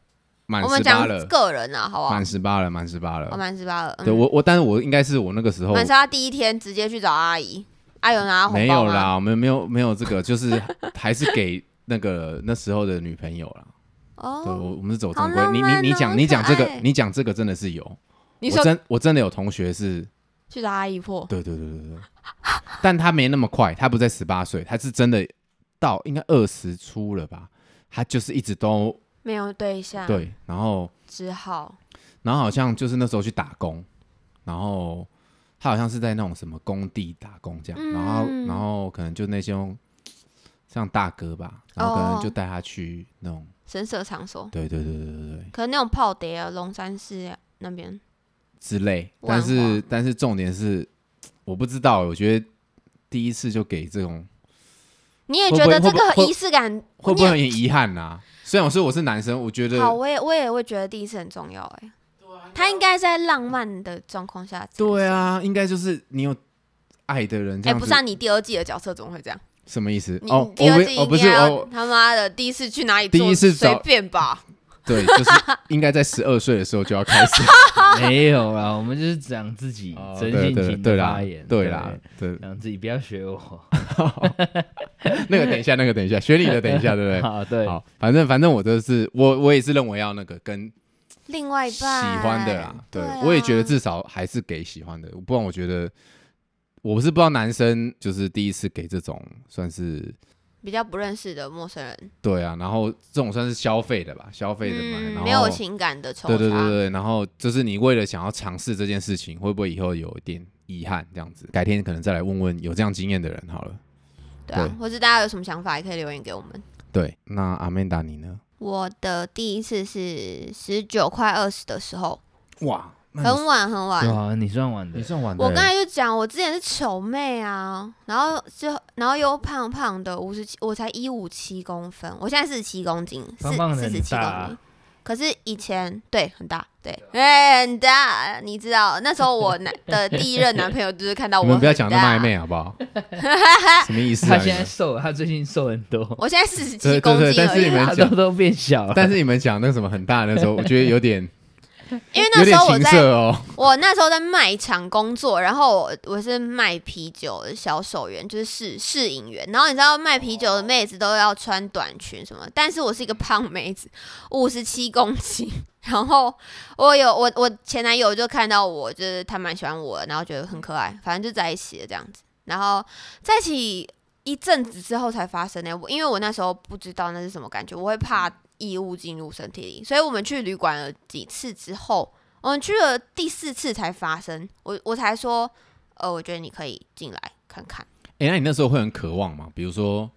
Speaker 1: 满
Speaker 3: 我们
Speaker 1: 十
Speaker 3: 讲
Speaker 1: 八了，
Speaker 3: 个人啊，好不好？
Speaker 1: 满十八了，满十八
Speaker 3: 我
Speaker 1: 了。
Speaker 3: 满十八了，嗯
Speaker 1: 对我，我但是我应该是我那个时候
Speaker 3: 满十八第一天直接去找阿姨，阿姨有拿到
Speaker 1: 没
Speaker 3: 红包
Speaker 1: 有
Speaker 3: 吗？
Speaker 1: 啦，我们没有没有这个，就是 [LAUGHS] 还是给那个那时候的女朋友啦。对，
Speaker 3: 哦，
Speaker 1: 我我们是走
Speaker 3: 好
Speaker 1: 正规。
Speaker 3: 浪
Speaker 1: 你
Speaker 3: 漫
Speaker 1: 你你
Speaker 3: 哦
Speaker 1: 讲
Speaker 3: 好
Speaker 1: 你讲
Speaker 3: 可
Speaker 1: 这个
Speaker 3: 爱
Speaker 1: 你讲这个真的是有，
Speaker 3: 你
Speaker 1: 我
Speaker 3: 说
Speaker 1: 真我真的有同学是，
Speaker 3: 去找阿姨破，
Speaker 1: 对对对对对，但他没那么快，他不在十八岁，他是真的到应该二十出了吧，他就是一直都
Speaker 3: 没有对象，，
Speaker 1: 对，然后。
Speaker 3: 只好
Speaker 1: 然后好像就是那时候去打工，然后他好像是在那种什么工地打工这样，然后
Speaker 3: 嗯
Speaker 1: 然后可能就那些像大哥吧，然后可能就带他去那种，
Speaker 3: 深色场所，
Speaker 1: 对对对对对对
Speaker 3: 可能那种泡碟啊，龙山寺啊那边，
Speaker 1: 之类。
Speaker 3: 万
Speaker 1: 但
Speaker 3: 华
Speaker 1: 是但是重点是，我不知道，我觉得第一次就给这种
Speaker 3: 你也
Speaker 1: 会
Speaker 3: 觉
Speaker 1: 不会
Speaker 3: 得
Speaker 1: 会
Speaker 3: 这
Speaker 1: 不
Speaker 3: 个
Speaker 1: 会
Speaker 3: 仪式感
Speaker 1: 会不
Speaker 3: 你
Speaker 1: 会
Speaker 3: 也
Speaker 1: 有点遗憾呐、啊虽然我说我是男生，我觉得
Speaker 3: 好？我也我也会觉得第一次很重要哎、他应该在浪漫的状况下，
Speaker 1: 对，啊，应该就是你有爱的人这
Speaker 3: 哎、
Speaker 1: 样
Speaker 3: 不
Speaker 1: 子，
Speaker 3: 是啊，你第二季的角色怎么会这样？
Speaker 1: 什么意思？
Speaker 3: 你
Speaker 1: 哦
Speaker 3: 你，第
Speaker 1: 我
Speaker 3: 二
Speaker 1: 不
Speaker 3: 季
Speaker 1: 我
Speaker 3: 应
Speaker 1: 不是
Speaker 3: 该要
Speaker 1: 哦，
Speaker 3: 他妈的第一次去哪里
Speaker 1: 第
Speaker 3: 做？
Speaker 1: 一次
Speaker 3: 随
Speaker 1: 找
Speaker 3: 便吧，
Speaker 1: [LAUGHS] 对，就是应该在十二岁的时候就要开
Speaker 2: [LAUGHS]
Speaker 1: 始。
Speaker 2: 没有啦，我们就是讲自己
Speaker 1: 哦
Speaker 2: 真
Speaker 1: 对
Speaker 2: 性
Speaker 1: 对
Speaker 2: 情
Speaker 1: 对
Speaker 2: 的
Speaker 1: 啦
Speaker 2: 发言，，
Speaker 1: 对啦，对，
Speaker 2: 讲自己不要学我，
Speaker 1: 那个等一下，那个等一下，学你的 [LAUGHS] 等一下，对不
Speaker 2: [LAUGHS] 好对
Speaker 1: 对？，好，反正反正我就是我我也是认为要那个跟
Speaker 3: 另外一
Speaker 1: 喜
Speaker 3: 半
Speaker 1: 欢的啦，对
Speaker 3: 啊
Speaker 1: 我也觉得至少还是给喜欢的，不然我觉得我是不知道男生就是第一次给这种算是
Speaker 3: 比较不认识的陌生人，
Speaker 1: 对啊，然后这种算是消费的吧，消费的嘛，
Speaker 2: 嗯
Speaker 1: 然后
Speaker 3: 嗯没有情感的抽
Speaker 1: 对
Speaker 3: 查，
Speaker 1: 对对对，然后就是你为了想要尝试这件事情，会不会以后有一点遗憾这样子？改天可能再来问问有这样经验的人好了。
Speaker 3: 对啊
Speaker 1: 对，
Speaker 3: 或是大家有什么想法也可以留言给我们。
Speaker 1: 对，那阿曼达你呢？
Speaker 3: 我的第一次是十九块二十的时候，
Speaker 1: 哇，那
Speaker 3: 很晚很晚
Speaker 2: 对。啊，你算晚的
Speaker 1: 你，算晚的
Speaker 3: 我
Speaker 1: 欸，
Speaker 3: 刚才就讲，我之前是丑妹啊，然后就然后又胖胖的，五十七，我才一五七公分，我现在四十七公斤，四
Speaker 2: 胖胖的
Speaker 3: 四
Speaker 2: 很
Speaker 3: 十七
Speaker 2: 大
Speaker 3: 公
Speaker 2: 啊
Speaker 3: 斤。可是以前对很大，对，哎、很大，你知道那时候
Speaker 2: [LAUGHS]
Speaker 3: 我男的第一任男朋友就是看到我，
Speaker 1: 你们不要讲那么暧昧好不
Speaker 3: [LAUGHS]
Speaker 1: 好？什么意思啊？
Speaker 2: 他
Speaker 1: 你
Speaker 2: 现在
Speaker 1: 们
Speaker 2: 瘦了，他最近瘦很多，
Speaker 3: 我现在四
Speaker 1: 对
Speaker 3: 十七
Speaker 1: 对
Speaker 3: 公
Speaker 1: 对
Speaker 3: 斤
Speaker 1: 但
Speaker 3: 而
Speaker 1: 是
Speaker 3: 已啊
Speaker 1: 你
Speaker 3: 啦，
Speaker 1: 们
Speaker 2: 他都都变小了。
Speaker 1: 但是你们讲那个什么很大的那时候，我觉得有点
Speaker 3: 因为
Speaker 1: 有
Speaker 3: [LAUGHS] 那时
Speaker 1: 点
Speaker 3: 候我
Speaker 1: 情
Speaker 3: 在
Speaker 1: 色哦。
Speaker 3: 我那时候在卖场工作，然后我我是卖啤酒的销售员，就是试试饮员。然后你知道卖啤酒的妹子都要穿短裙什么，但是我是一个胖妹子， [LAUGHS] 五十七公斤。然后我有 [LAUGHS] 我我前男友就看到我，就是他蛮喜欢我的，然后觉得很可爱，反正就在一起了这样子。然后在一起一阵子之后才发生呢、我因为我那时候不知道那是什么感觉，我会怕异物进入身体里，所以我们去旅馆了几次之后，我们哦去了第四次才发生，我我才说，呃，我觉得你可以进来看看。
Speaker 1: 哎、那你那时候会很渴望吗？比如说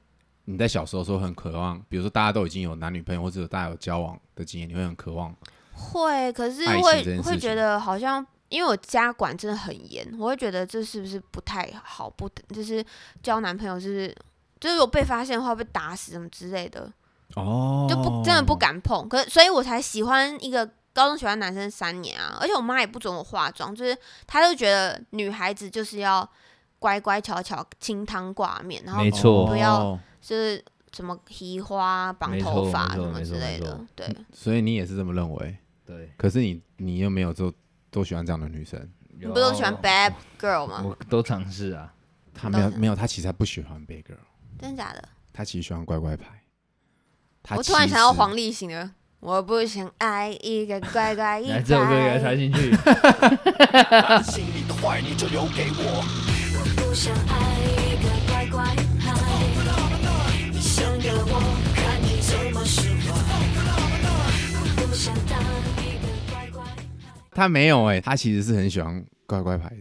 Speaker 1: 你在小时候的时候很渴望，比如说大家都已经有男女朋友或者有大家有交往的经验，你会很渴望
Speaker 3: 会，可是
Speaker 1: 爱情这件
Speaker 3: 会
Speaker 1: 事
Speaker 3: 会觉
Speaker 1: 情
Speaker 3: 得好像，因为我家管真的很严，我会觉得这是不是不太好，不就是交男朋友是不是就是我被发现的话被打死什么之类的，
Speaker 1: 哦
Speaker 3: 就不真的不。敢碰。可所以我才喜欢一个高中喜欢男生三年啊，而且我妈也不准我化妆，就是她就觉得女孩子就是要乖乖巧巧、清汤挂面，然后
Speaker 2: 没错
Speaker 3: 不要
Speaker 1: 哦
Speaker 3: 就是什么提花、绑
Speaker 2: 没错
Speaker 3: 头发
Speaker 2: 没
Speaker 3: 什
Speaker 2: 错
Speaker 3: 么
Speaker 2: 没
Speaker 3: 之
Speaker 2: 错没
Speaker 3: 类的
Speaker 2: 错，嗯
Speaker 3: 对，
Speaker 1: 所以你也是这么认为，
Speaker 2: 对，
Speaker 1: 可是你你又没有都都喜欢这样的女生，
Speaker 3: 你不都喜欢 bad girl 吗？
Speaker 2: 啊我都尝试啊，
Speaker 1: 她没有
Speaker 3: 都是
Speaker 1: 没有，她其实她不喜欢 big girl，
Speaker 3: 真的假的？
Speaker 1: 她其实喜欢乖乖牌。她
Speaker 3: 我突然想到
Speaker 1: 其实
Speaker 3: 黄立行的，我不想爱一个乖乖一
Speaker 2: 来 [LAUGHS] 这首歌给他
Speaker 3: 百
Speaker 2: 插。
Speaker 1: [LAUGHS]
Speaker 2: 进去。
Speaker 5: 心里的坏你就留给我。
Speaker 6: 不想爱一个乖乖牌，你想要我看你怎么使我，不想当一个乖乖。
Speaker 1: 她没有哎、她其实是很喜欢乖乖牌的。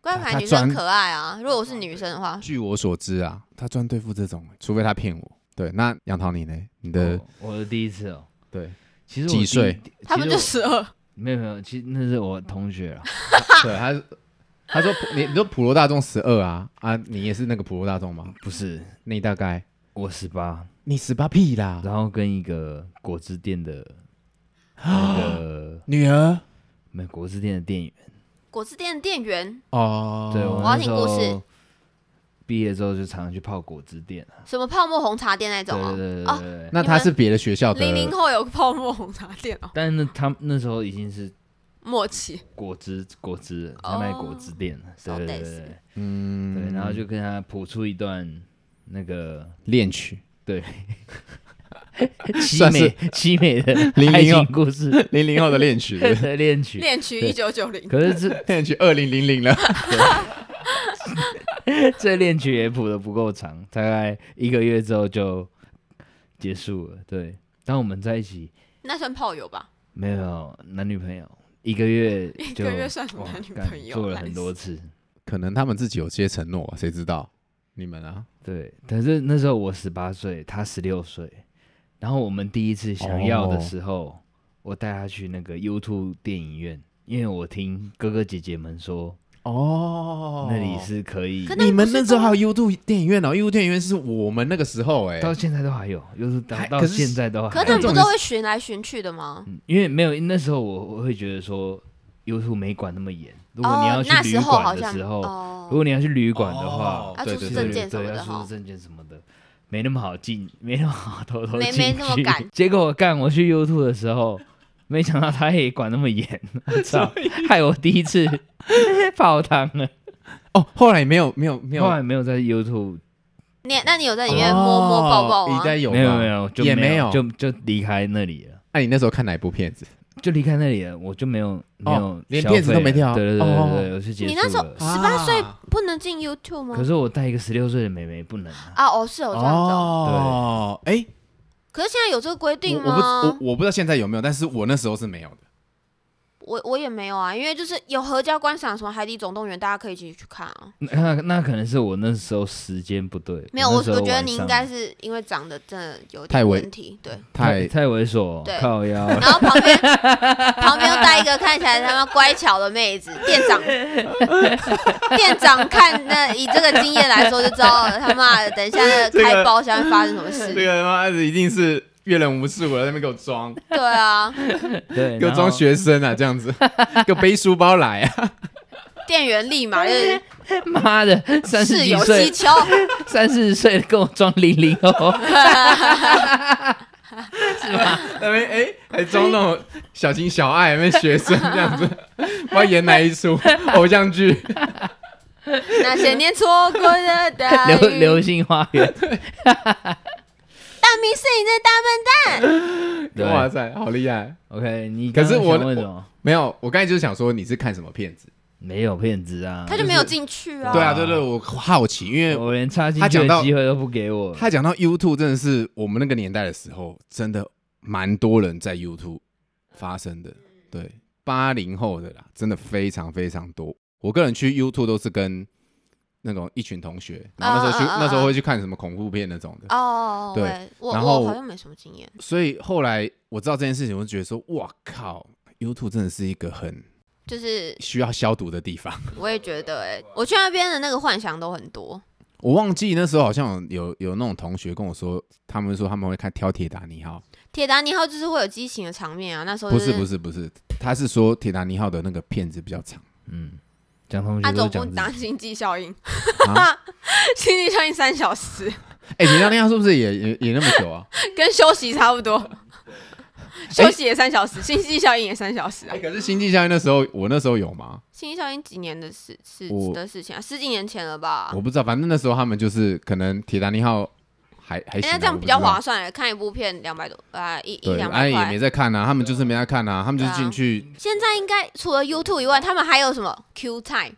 Speaker 3: 乖牌
Speaker 1: 他
Speaker 3: 女生
Speaker 1: 专
Speaker 3: 很可爱啊，如果我是女生的话，
Speaker 1: 据我所知啊，她专对付这种、欸除非她骗我。对，那杨桃你呢？你的、
Speaker 2: 哦我的第一次哦，
Speaker 1: 对
Speaker 2: 其实我
Speaker 1: 几
Speaker 2: 第
Speaker 1: 岁？
Speaker 3: 他们就
Speaker 2: 其实
Speaker 3: 十二。
Speaker 2: 我没有没有，其实那是我同学啊了。
Speaker 1: 对，她是她说普 [LAUGHS] 你你说普罗大众十二啊啊，你也是那个普罗大众吗？
Speaker 2: 不是
Speaker 1: 你大概
Speaker 2: 我十八，
Speaker 1: 你十八屁啦，
Speaker 2: 然后跟一个果汁店的那个
Speaker 1: 女儿
Speaker 2: 没有果汁店的店员，
Speaker 3: [LAUGHS] 果汁店的店员，
Speaker 1: 哦，
Speaker 2: 对我
Speaker 3: 我要
Speaker 2: 那时
Speaker 3: 听故事
Speaker 2: 候毕业之后就常常去泡果汁店啊，
Speaker 3: 什么泡沫红茶店那
Speaker 2: 对
Speaker 3: 种
Speaker 2: 对
Speaker 3: 哦，
Speaker 2: 对对对对。
Speaker 1: 那她是别的学校的
Speaker 3: 零零后有泡沫红茶店哦，
Speaker 2: 但是那他们那时候已经是
Speaker 3: 默契。
Speaker 2: 果汁果汁了
Speaker 3: 哦
Speaker 2: 在卖果汁店了，对对对对对，
Speaker 1: 嗯
Speaker 2: 对，然后就跟他谱出一段那个
Speaker 1: 恋曲。
Speaker 2: 对凄
Speaker 1: 算是哦
Speaker 2: 美 [LAUGHS] 凄美的
Speaker 1: 零
Speaker 2: 爱
Speaker 1: 零后
Speaker 2: 情故
Speaker 1: [LAUGHS]
Speaker 2: 事
Speaker 1: 零零后的恋
Speaker 3: [LAUGHS]
Speaker 1: 曲，
Speaker 2: 的恋曲。
Speaker 3: 恋曲一
Speaker 2: 对
Speaker 3: 九九零，
Speaker 2: 可是这 [LAUGHS]
Speaker 1: 恋曲二零零零了。
Speaker 2: 这恋曲也谱的不够长，大概一个月之后就结束了。对，当我们在一起，
Speaker 3: 那算炮友吧？
Speaker 2: 没有男女朋友，一个月
Speaker 3: 一
Speaker 2: 就
Speaker 3: 个月算什么
Speaker 2: 哇
Speaker 3: 男女
Speaker 2: 干
Speaker 3: 朋友？
Speaker 2: 做了
Speaker 3: 烂
Speaker 2: 很
Speaker 3: 死
Speaker 2: 多次。
Speaker 1: 可能他们自己有些承诺，啊谁知道？你们啊，
Speaker 2: 对，但是那时候我十八岁，他十六岁，然后我们第一次想要的时候，我带他去那个 YouTube 电影院，因为我听哥哥姐姐们说、
Speaker 1: 哦
Speaker 2: 那里是可以，
Speaker 3: 可那
Speaker 1: 你们
Speaker 3: 不是
Speaker 1: 那时候还有 YouTube 电影院哦，YouTube 电影院是我们那个时候哎、
Speaker 2: 到现在都还有，就是到
Speaker 1: 还
Speaker 2: 到
Speaker 1: 可是
Speaker 2: 现在都
Speaker 3: 可
Speaker 2: 还
Speaker 3: 是他
Speaker 2: 有
Speaker 3: 们
Speaker 1: 重
Speaker 3: 不
Speaker 1: 点
Speaker 3: 都会寻来寻去的吗？
Speaker 2: 嗯因为没有那时候我我会觉得说 YouTube 没管那么严，如果你要
Speaker 3: 哦、那
Speaker 2: 去旅
Speaker 3: 时候好
Speaker 2: 馆
Speaker 3: 像
Speaker 2: 的时候，
Speaker 3: 哦
Speaker 2: 如果你要去旅馆的话
Speaker 1: 哦，
Speaker 3: 要
Speaker 1: 对
Speaker 3: 出
Speaker 1: 对
Speaker 3: 示
Speaker 1: 对
Speaker 3: 证件什
Speaker 2: 对
Speaker 3: 么
Speaker 2: 要
Speaker 3: 的
Speaker 2: 出
Speaker 3: 哈
Speaker 2: 示。证件什么的，没那么好进，没那么好偷偷
Speaker 3: 没
Speaker 2: 进
Speaker 3: 没那么
Speaker 2: 去
Speaker 3: 敢
Speaker 2: 结果我干，我去 YouTube 的时候，没想到他也管那么严，
Speaker 3: [LAUGHS]
Speaker 2: 我操，害我第一次 [LAUGHS] 泡汤了。
Speaker 1: 哦，后来没有没有没有
Speaker 2: 后来没有在 YouTube，
Speaker 3: 你那你有在里面摸摸抱抱啊
Speaker 1: 哦
Speaker 3: 吗
Speaker 1: 应？该有吧
Speaker 2: 没有没有，就
Speaker 1: 也
Speaker 2: 没
Speaker 1: 没有。
Speaker 2: 就就离开那里了。
Speaker 1: 那、你那时候看哪一部片子？
Speaker 2: 就离开那里了，我就没有没有
Speaker 1: 哦连
Speaker 2: 消
Speaker 1: 电子都
Speaker 2: 费
Speaker 1: 没
Speaker 2: 了
Speaker 1: 跳
Speaker 2: 对对对
Speaker 1: 哦
Speaker 2: 对对，我是结束
Speaker 3: 你那时候
Speaker 2: 了
Speaker 3: 十八岁
Speaker 1: 啊
Speaker 3: 不能进 YouTube 吗？
Speaker 2: 可是我带一个十六岁的妹妹不能啊，
Speaker 3: 啊，哦，是有这样子、哦。
Speaker 1: 哦，哎，
Speaker 3: 可是现在有这个规定
Speaker 1: 我
Speaker 3: 吗？
Speaker 1: 我不我我不知道现在有没有，但是我那时候是没有的。
Speaker 3: 我我也没有啊，因为就是有合家观赏什么《海底总动员》，大家可以一起去看啊。
Speaker 2: 那那可能是我那时候时间不对，
Speaker 3: 没有，我
Speaker 2: 我
Speaker 3: 我
Speaker 2: 那时候
Speaker 3: 觉得
Speaker 2: 晚
Speaker 3: 你
Speaker 2: 上
Speaker 3: 应该是因为长得真的有
Speaker 1: 太
Speaker 3: 点
Speaker 1: 猥
Speaker 3: 问题，对。
Speaker 2: 太
Speaker 1: 太
Speaker 2: 太猥琐
Speaker 3: 对，
Speaker 2: 靠腰
Speaker 3: [LAUGHS] 然后旁边旁边又带一个看起来他妈乖巧的妹子，店长店长看那以这个经验来说就知道了他妈的，等一下那个开包厢会发生什么事？
Speaker 1: 个他妈一定是阅人无数，我在那边给我装，
Speaker 3: 对啊，
Speaker 2: 对，
Speaker 1: 给我
Speaker 2: 然后
Speaker 1: 装学生啊，这样子， [LAUGHS] 给我背书包来啊。
Speaker 3: 店员立马就是
Speaker 2: [LAUGHS] 妈的，三十
Speaker 3: 哎事
Speaker 2: 几
Speaker 3: 有
Speaker 2: 岁
Speaker 3: 蹊，跷， [LAUGHS]
Speaker 2: 三四十岁跟我装零零后，
Speaker 1: 那边哎、还装那种 [LAUGHS] 小情小爱，那边学生这样 [LAUGHS] 子，不知道演哪一 [LAUGHS] 出偶像剧。
Speaker 3: 那些年错过的大
Speaker 2: [LAUGHS]
Speaker 3: 雨，
Speaker 2: 流流星花园，
Speaker 3: 大明是你这大笨蛋。
Speaker 2: 对
Speaker 1: 哇塞，好厉害！
Speaker 2: ，OK，你
Speaker 1: 可是
Speaker 2: 刚刚
Speaker 1: 我
Speaker 2: 想问什么？
Speaker 1: 没有，我刚才就是想说你是看什么片子？
Speaker 2: 没有骗子啊，
Speaker 3: 他就没有进去啊。
Speaker 1: 对啊，对对，我好奇，因为
Speaker 2: 我连插进
Speaker 1: 他
Speaker 2: 去
Speaker 1: 讲
Speaker 2: 的
Speaker 1: 到
Speaker 2: 机会都不给我，
Speaker 1: 他讲到 YouTube，真的是我们那个年代的时候，真的蛮多人在 YouTube 发生的。对，八零后的啦，真的非常非常多。我个人去 YouTube 都是跟那种一群同学，然后那时候去、
Speaker 3: 啊啊啊啊
Speaker 1: 那时候会去看什么恐怖片那种的。
Speaker 3: 哦，
Speaker 1: 对
Speaker 3: 喂我
Speaker 1: 然后
Speaker 3: 我好像没什么经验。
Speaker 1: 所以后来我知道这件事情，我就觉得说，哇靠，YouTube 真的是一个很
Speaker 3: 就是
Speaker 1: 需要消毒的地方。
Speaker 3: 我也觉得、欸，我去那边的那个幻想都很多。
Speaker 1: 我忘记那时候好像有有有那种同学跟我说，他们说他们会看《挑铁达尼号》。
Speaker 3: 铁达尼号就是会有激情的场面啊，那时候、
Speaker 1: 不
Speaker 3: 就是
Speaker 1: 不是不是，他是说《铁达尼号》的那个片子比较长
Speaker 2: 嗯，讲同
Speaker 3: 他
Speaker 2: 学都
Speaker 3: 总
Speaker 2: 讲自
Speaker 3: 不拿
Speaker 2: 己，
Speaker 3: 经济效应，
Speaker 1: 啊。
Speaker 3: [LAUGHS] 经济效应三小时，
Speaker 1: 哎、铁达尼号》是不是也也也那么久啊？
Speaker 3: 跟休息差不多，休息也三小时，经济效应也三小时啊
Speaker 1: [LAUGHS] 哎、。可是《星际效应》那时候，我那时候有吗？
Speaker 3: 经济效应几年的事事
Speaker 1: 我
Speaker 3: 的事情啊，十几年前了吧？
Speaker 1: 我不知道，反正那时候他们就是可能《铁达尼号》还还
Speaker 3: 哎
Speaker 1: 行、
Speaker 3: 那
Speaker 1: 啊，
Speaker 3: 这样
Speaker 1: 我
Speaker 3: 比
Speaker 1: 不
Speaker 3: 较
Speaker 1: 知道
Speaker 3: 划。算欸，看一部片两百多啊，一一
Speaker 1: 对，
Speaker 3: 两
Speaker 1: 哎
Speaker 3: 百
Speaker 1: 也
Speaker 3: 块
Speaker 1: 没。在看啊，他们就是没在看啊，他们就是进去
Speaker 3: 现在应该除了 YouTube 以外，他们还有什么 Q Time？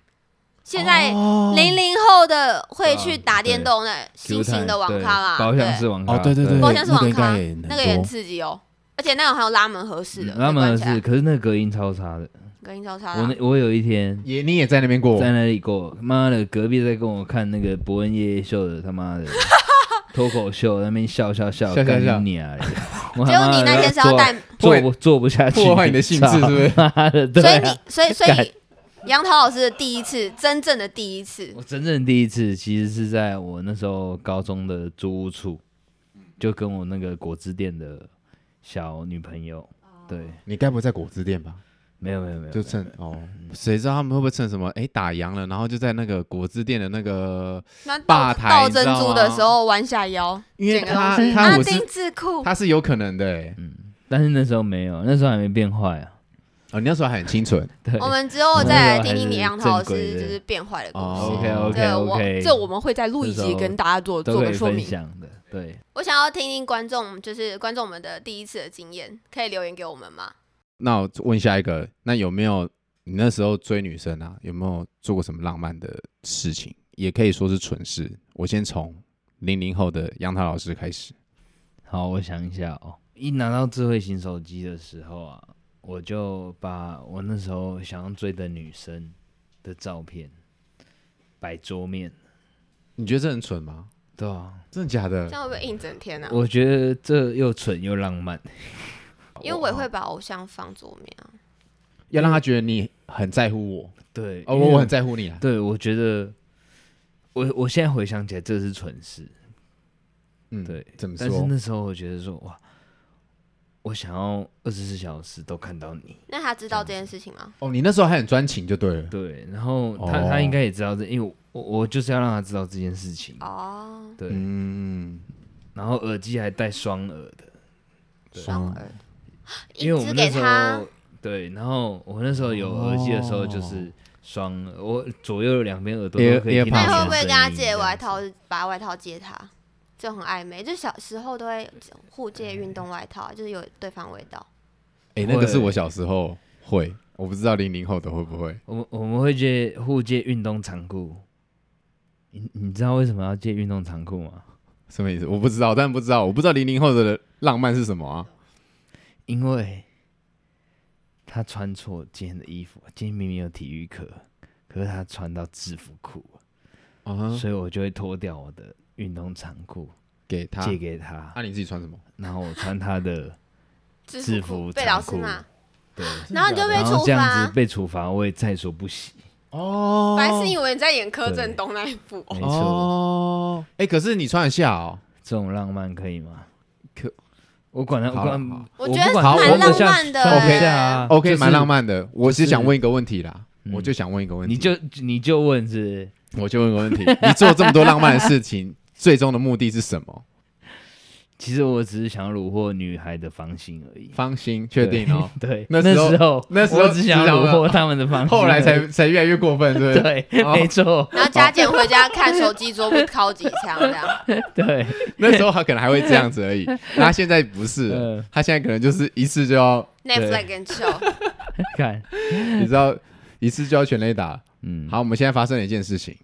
Speaker 3: 现在
Speaker 1: 哦
Speaker 3: 零零后的会
Speaker 2: 对啊
Speaker 3: 去打电动的新
Speaker 2: Q
Speaker 3: 型的
Speaker 2: 太
Speaker 3: 网
Speaker 2: 对
Speaker 3: 咖啦，
Speaker 2: 包厢
Speaker 3: 对，
Speaker 2: 式网咖，
Speaker 1: 哦，对对对，
Speaker 3: 包厢式
Speaker 1: 那个
Speaker 3: 网
Speaker 1: 应
Speaker 3: 咖
Speaker 1: 该也很多
Speaker 3: 那个也很刺激哦，而且那种还有拉门合适的，
Speaker 2: 嗯他们
Speaker 3: 可以关啊
Speaker 2: 是，
Speaker 3: 起
Speaker 2: 可是那个隔音超差的。
Speaker 3: 来隔音超差
Speaker 2: 我
Speaker 3: 啦
Speaker 2: 那。我有一天
Speaker 1: 也你也在那边过
Speaker 2: 在那里过，妈的，隔壁在跟我看那个伯恩夜夜秀的，他妈
Speaker 1: [LAUGHS]
Speaker 2: 的脱口秀，那边笑笑笑，
Speaker 1: 笑笑
Speaker 2: 干
Speaker 1: 笑
Speaker 2: 你啊！我
Speaker 3: [LAUGHS] 只
Speaker 2: 他
Speaker 3: 有
Speaker 2: 妈
Speaker 3: 你那
Speaker 2: 的
Speaker 3: 天是要
Speaker 2: 坐
Speaker 3: 带，
Speaker 2: 坐不坐不下去，
Speaker 1: 破坏你的兴致是不是
Speaker 2: 操妈的，对
Speaker 3: 所以
Speaker 2: 啊、
Speaker 3: 你所
Speaker 1: [LAUGHS]
Speaker 3: 以所
Speaker 2: 干
Speaker 3: 以杨桃老师的第一次，真正的第一次
Speaker 2: 我真正第一次其实是在我那时候高中的租屋处，就跟我那个果汁店的小女朋友，
Speaker 3: 哦
Speaker 2: 对，
Speaker 1: 你该不会在果汁店吧？
Speaker 2: 没有没有没有，
Speaker 1: 就趁哦，谁知道他们会不会趁什么？哎、打烊了，然后就在那个果汁店的那个，
Speaker 3: 那倒
Speaker 1: 吧台
Speaker 3: 倒
Speaker 1: 你知
Speaker 3: 珍
Speaker 1: 道
Speaker 3: 珠的
Speaker 1: 吗
Speaker 3: 时候弯下腰，
Speaker 1: 因为
Speaker 3: 捡个
Speaker 1: 他
Speaker 3: 东西
Speaker 1: 他
Speaker 3: 啊
Speaker 1: 我是
Speaker 3: 丁字裤，
Speaker 1: 他是有可能的、欸。
Speaker 2: 但是那时候没有，那时候还没变坏啊，
Speaker 1: 哦，你那时候还很清纯，
Speaker 2: 对
Speaker 3: 我们之后
Speaker 2: 对
Speaker 3: 再来
Speaker 2: 那时候
Speaker 3: 听听
Speaker 2: 还
Speaker 3: 你
Speaker 2: 是
Speaker 3: 杨桃老
Speaker 2: 正规
Speaker 3: 师
Speaker 2: 的
Speaker 3: 就是变坏的故
Speaker 1: 哦
Speaker 3: 事。
Speaker 2: ，OK OK
Speaker 3: 对我
Speaker 2: OK，
Speaker 3: 这我们会再录一集跟大家做
Speaker 2: 都
Speaker 3: 做
Speaker 2: 可
Speaker 3: 个
Speaker 2: 以
Speaker 3: 说
Speaker 2: 分
Speaker 3: 明。
Speaker 2: 享的，对，
Speaker 3: 我想要听听观众，就是观众们的第一次的经验，可以留言给我们吗？
Speaker 1: 那我问下一个，那有没有你那时候追女生啊？有没有做过什么浪漫的事情？也可以说是蠢事。我先从零零后的杨桃老师开始。
Speaker 2: 好，我想一下哦，一拿到智慧型手机的时候啊，我就把我那时候想要追的女生的照片摆桌面，
Speaker 1: 你觉得这很蠢吗？
Speaker 2: 对啊。
Speaker 1: 真的假
Speaker 3: 这
Speaker 1: 的？
Speaker 3: 样会不会硬整天呢、啊？
Speaker 2: 我觉得这又蠢又浪漫，
Speaker 3: 因为我也会把偶像放桌面啊。
Speaker 1: 要让他觉得你很在乎我，
Speaker 2: 对，
Speaker 1: 哦，
Speaker 2: 因为
Speaker 1: 我我很在乎你啊。
Speaker 2: 对，我觉得我我现在回想起来，这是蠢事，
Speaker 1: 嗯，
Speaker 2: 对
Speaker 1: 怎么
Speaker 2: 但是
Speaker 1: 说？
Speaker 2: 那时候我觉得说哇，我想要二十四小时都看到你，
Speaker 3: 那他知道这件事情吗？
Speaker 1: 哦，你那时候还很专情就对了。
Speaker 2: 对，然后他、他
Speaker 1: 哦
Speaker 2: 应该也知道这，因为我我我就是要让他知道这件事情，
Speaker 3: 哦，
Speaker 2: 对，
Speaker 1: 啊嗯，
Speaker 2: 然后耳机还带双耳的，嗯
Speaker 3: 双
Speaker 1: 啊
Speaker 3: 耳，
Speaker 2: 因为我
Speaker 3: 一
Speaker 2: 们
Speaker 3: 直
Speaker 2: 那
Speaker 3: 给
Speaker 2: 时
Speaker 3: 他
Speaker 2: 候对，然后我那时候有耳机的时候就是双耳，我左右两边耳朵都可以
Speaker 1: Air-
Speaker 2: 听到
Speaker 3: 那
Speaker 2: 你
Speaker 3: 你
Speaker 2: 的
Speaker 3: 会不会跟他
Speaker 2: 声音
Speaker 3: 借
Speaker 2: 这
Speaker 3: 外
Speaker 2: 样子
Speaker 3: 套，把外套借他？啊这种很暧昧，就小时候都会互借运动外套，就是有对方味道。
Speaker 1: 哎、那个是我小时候会，我不知道零零后的会不会。
Speaker 2: 我们我们会借互借运动长裤。你你知道为什么要借运动长裤吗？
Speaker 1: 什么意思？我不知道，但不知道，我不知道零零后的浪漫是什么啊？
Speaker 2: 因为他穿错今天的衣服，今天明明有体育课，可是他穿到制服裤，
Speaker 1: 啊，
Speaker 2: 所以我就会脱掉我的运动长裤
Speaker 1: 给他，
Speaker 2: 借给他
Speaker 1: 啊，，你自己穿什么？
Speaker 2: 然后我穿他的，
Speaker 3: 制
Speaker 2: 制
Speaker 3: 服裤
Speaker 2: 服
Speaker 3: 被
Speaker 2: 长
Speaker 3: 老师
Speaker 2: 裤
Speaker 3: 骂，
Speaker 2: 对，
Speaker 3: 然后你就被
Speaker 2: 然
Speaker 3: 处
Speaker 2: 后这样
Speaker 3: 罚
Speaker 2: 子。被处罚，我也再说不行，
Speaker 1: 哦
Speaker 3: 白痴以为你在演柯震东那一部，
Speaker 2: 没错，
Speaker 1: 哦，哎、可是你穿得下哦。
Speaker 2: 这种浪漫可以吗？
Speaker 1: 可
Speaker 2: 我管他，我
Speaker 1: 好
Speaker 2: 管
Speaker 1: 好，
Speaker 3: 我
Speaker 2: 不
Speaker 3: 觉得
Speaker 2: 管
Speaker 1: 蛮
Speaker 2: 穿得
Speaker 1: 浪
Speaker 2: 下
Speaker 3: 漫的
Speaker 2: 穿不
Speaker 1: 欸
Speaker 2: 下啊
Speaker 1: OK，蛮浪。
Speaker 2: 就是
Speaker 1: 漫的。我只想问一个问题啦，
Speaker 2: 嗯
Speaker 1: 我就想问一个问题，
Speaker 2: 你就你就问是不是
Speaker 1: 我就问个问题，你做这么多浪漫的事情，最终的目的是什么？
Speaker 2: 其实我只是想要虏获女孩的芳心而已。
Speaker 1: 芳心，确定
Speaker 2: [LAUGHS]
Speaker 1: 哦。
Speaker 2: 对，
Speaker 1: 那
Speaker 2: 那
Speaker 1: 时候
Speaker 2: 候
Speaker 1: 那时候
Speaker 2: 我只想
Speaker 1: 只想
Speaker 2: 虏获他们的芳心而已，
Speaker 1: 后来才才越来越过分，是不是？
Speaker 2: [LAUGHS] 对，没错，
Speaker 3: 然后加减回家看手机桌布敲几枪这
Speaker 1: [LAUGHS]
Speaker 3: 样。
Speaker 2: 对，
Speaker 1: [LAUGHS] 那时候他可能还会这样子而
Speaker 2: [LAUGHS]
Speaker 1: 已，那他现在不是了
Speaker 2: 嗯，
Speaker 1: 他现在可能就是一次就要，
Speaker 3: Netflix and chill，
Speaker 2: 看，
Speaker 1: 你知道，一次就要全垒打。
Speaker 2: 嗯，
Speaker 1: 好，我们现在发生了一件事情，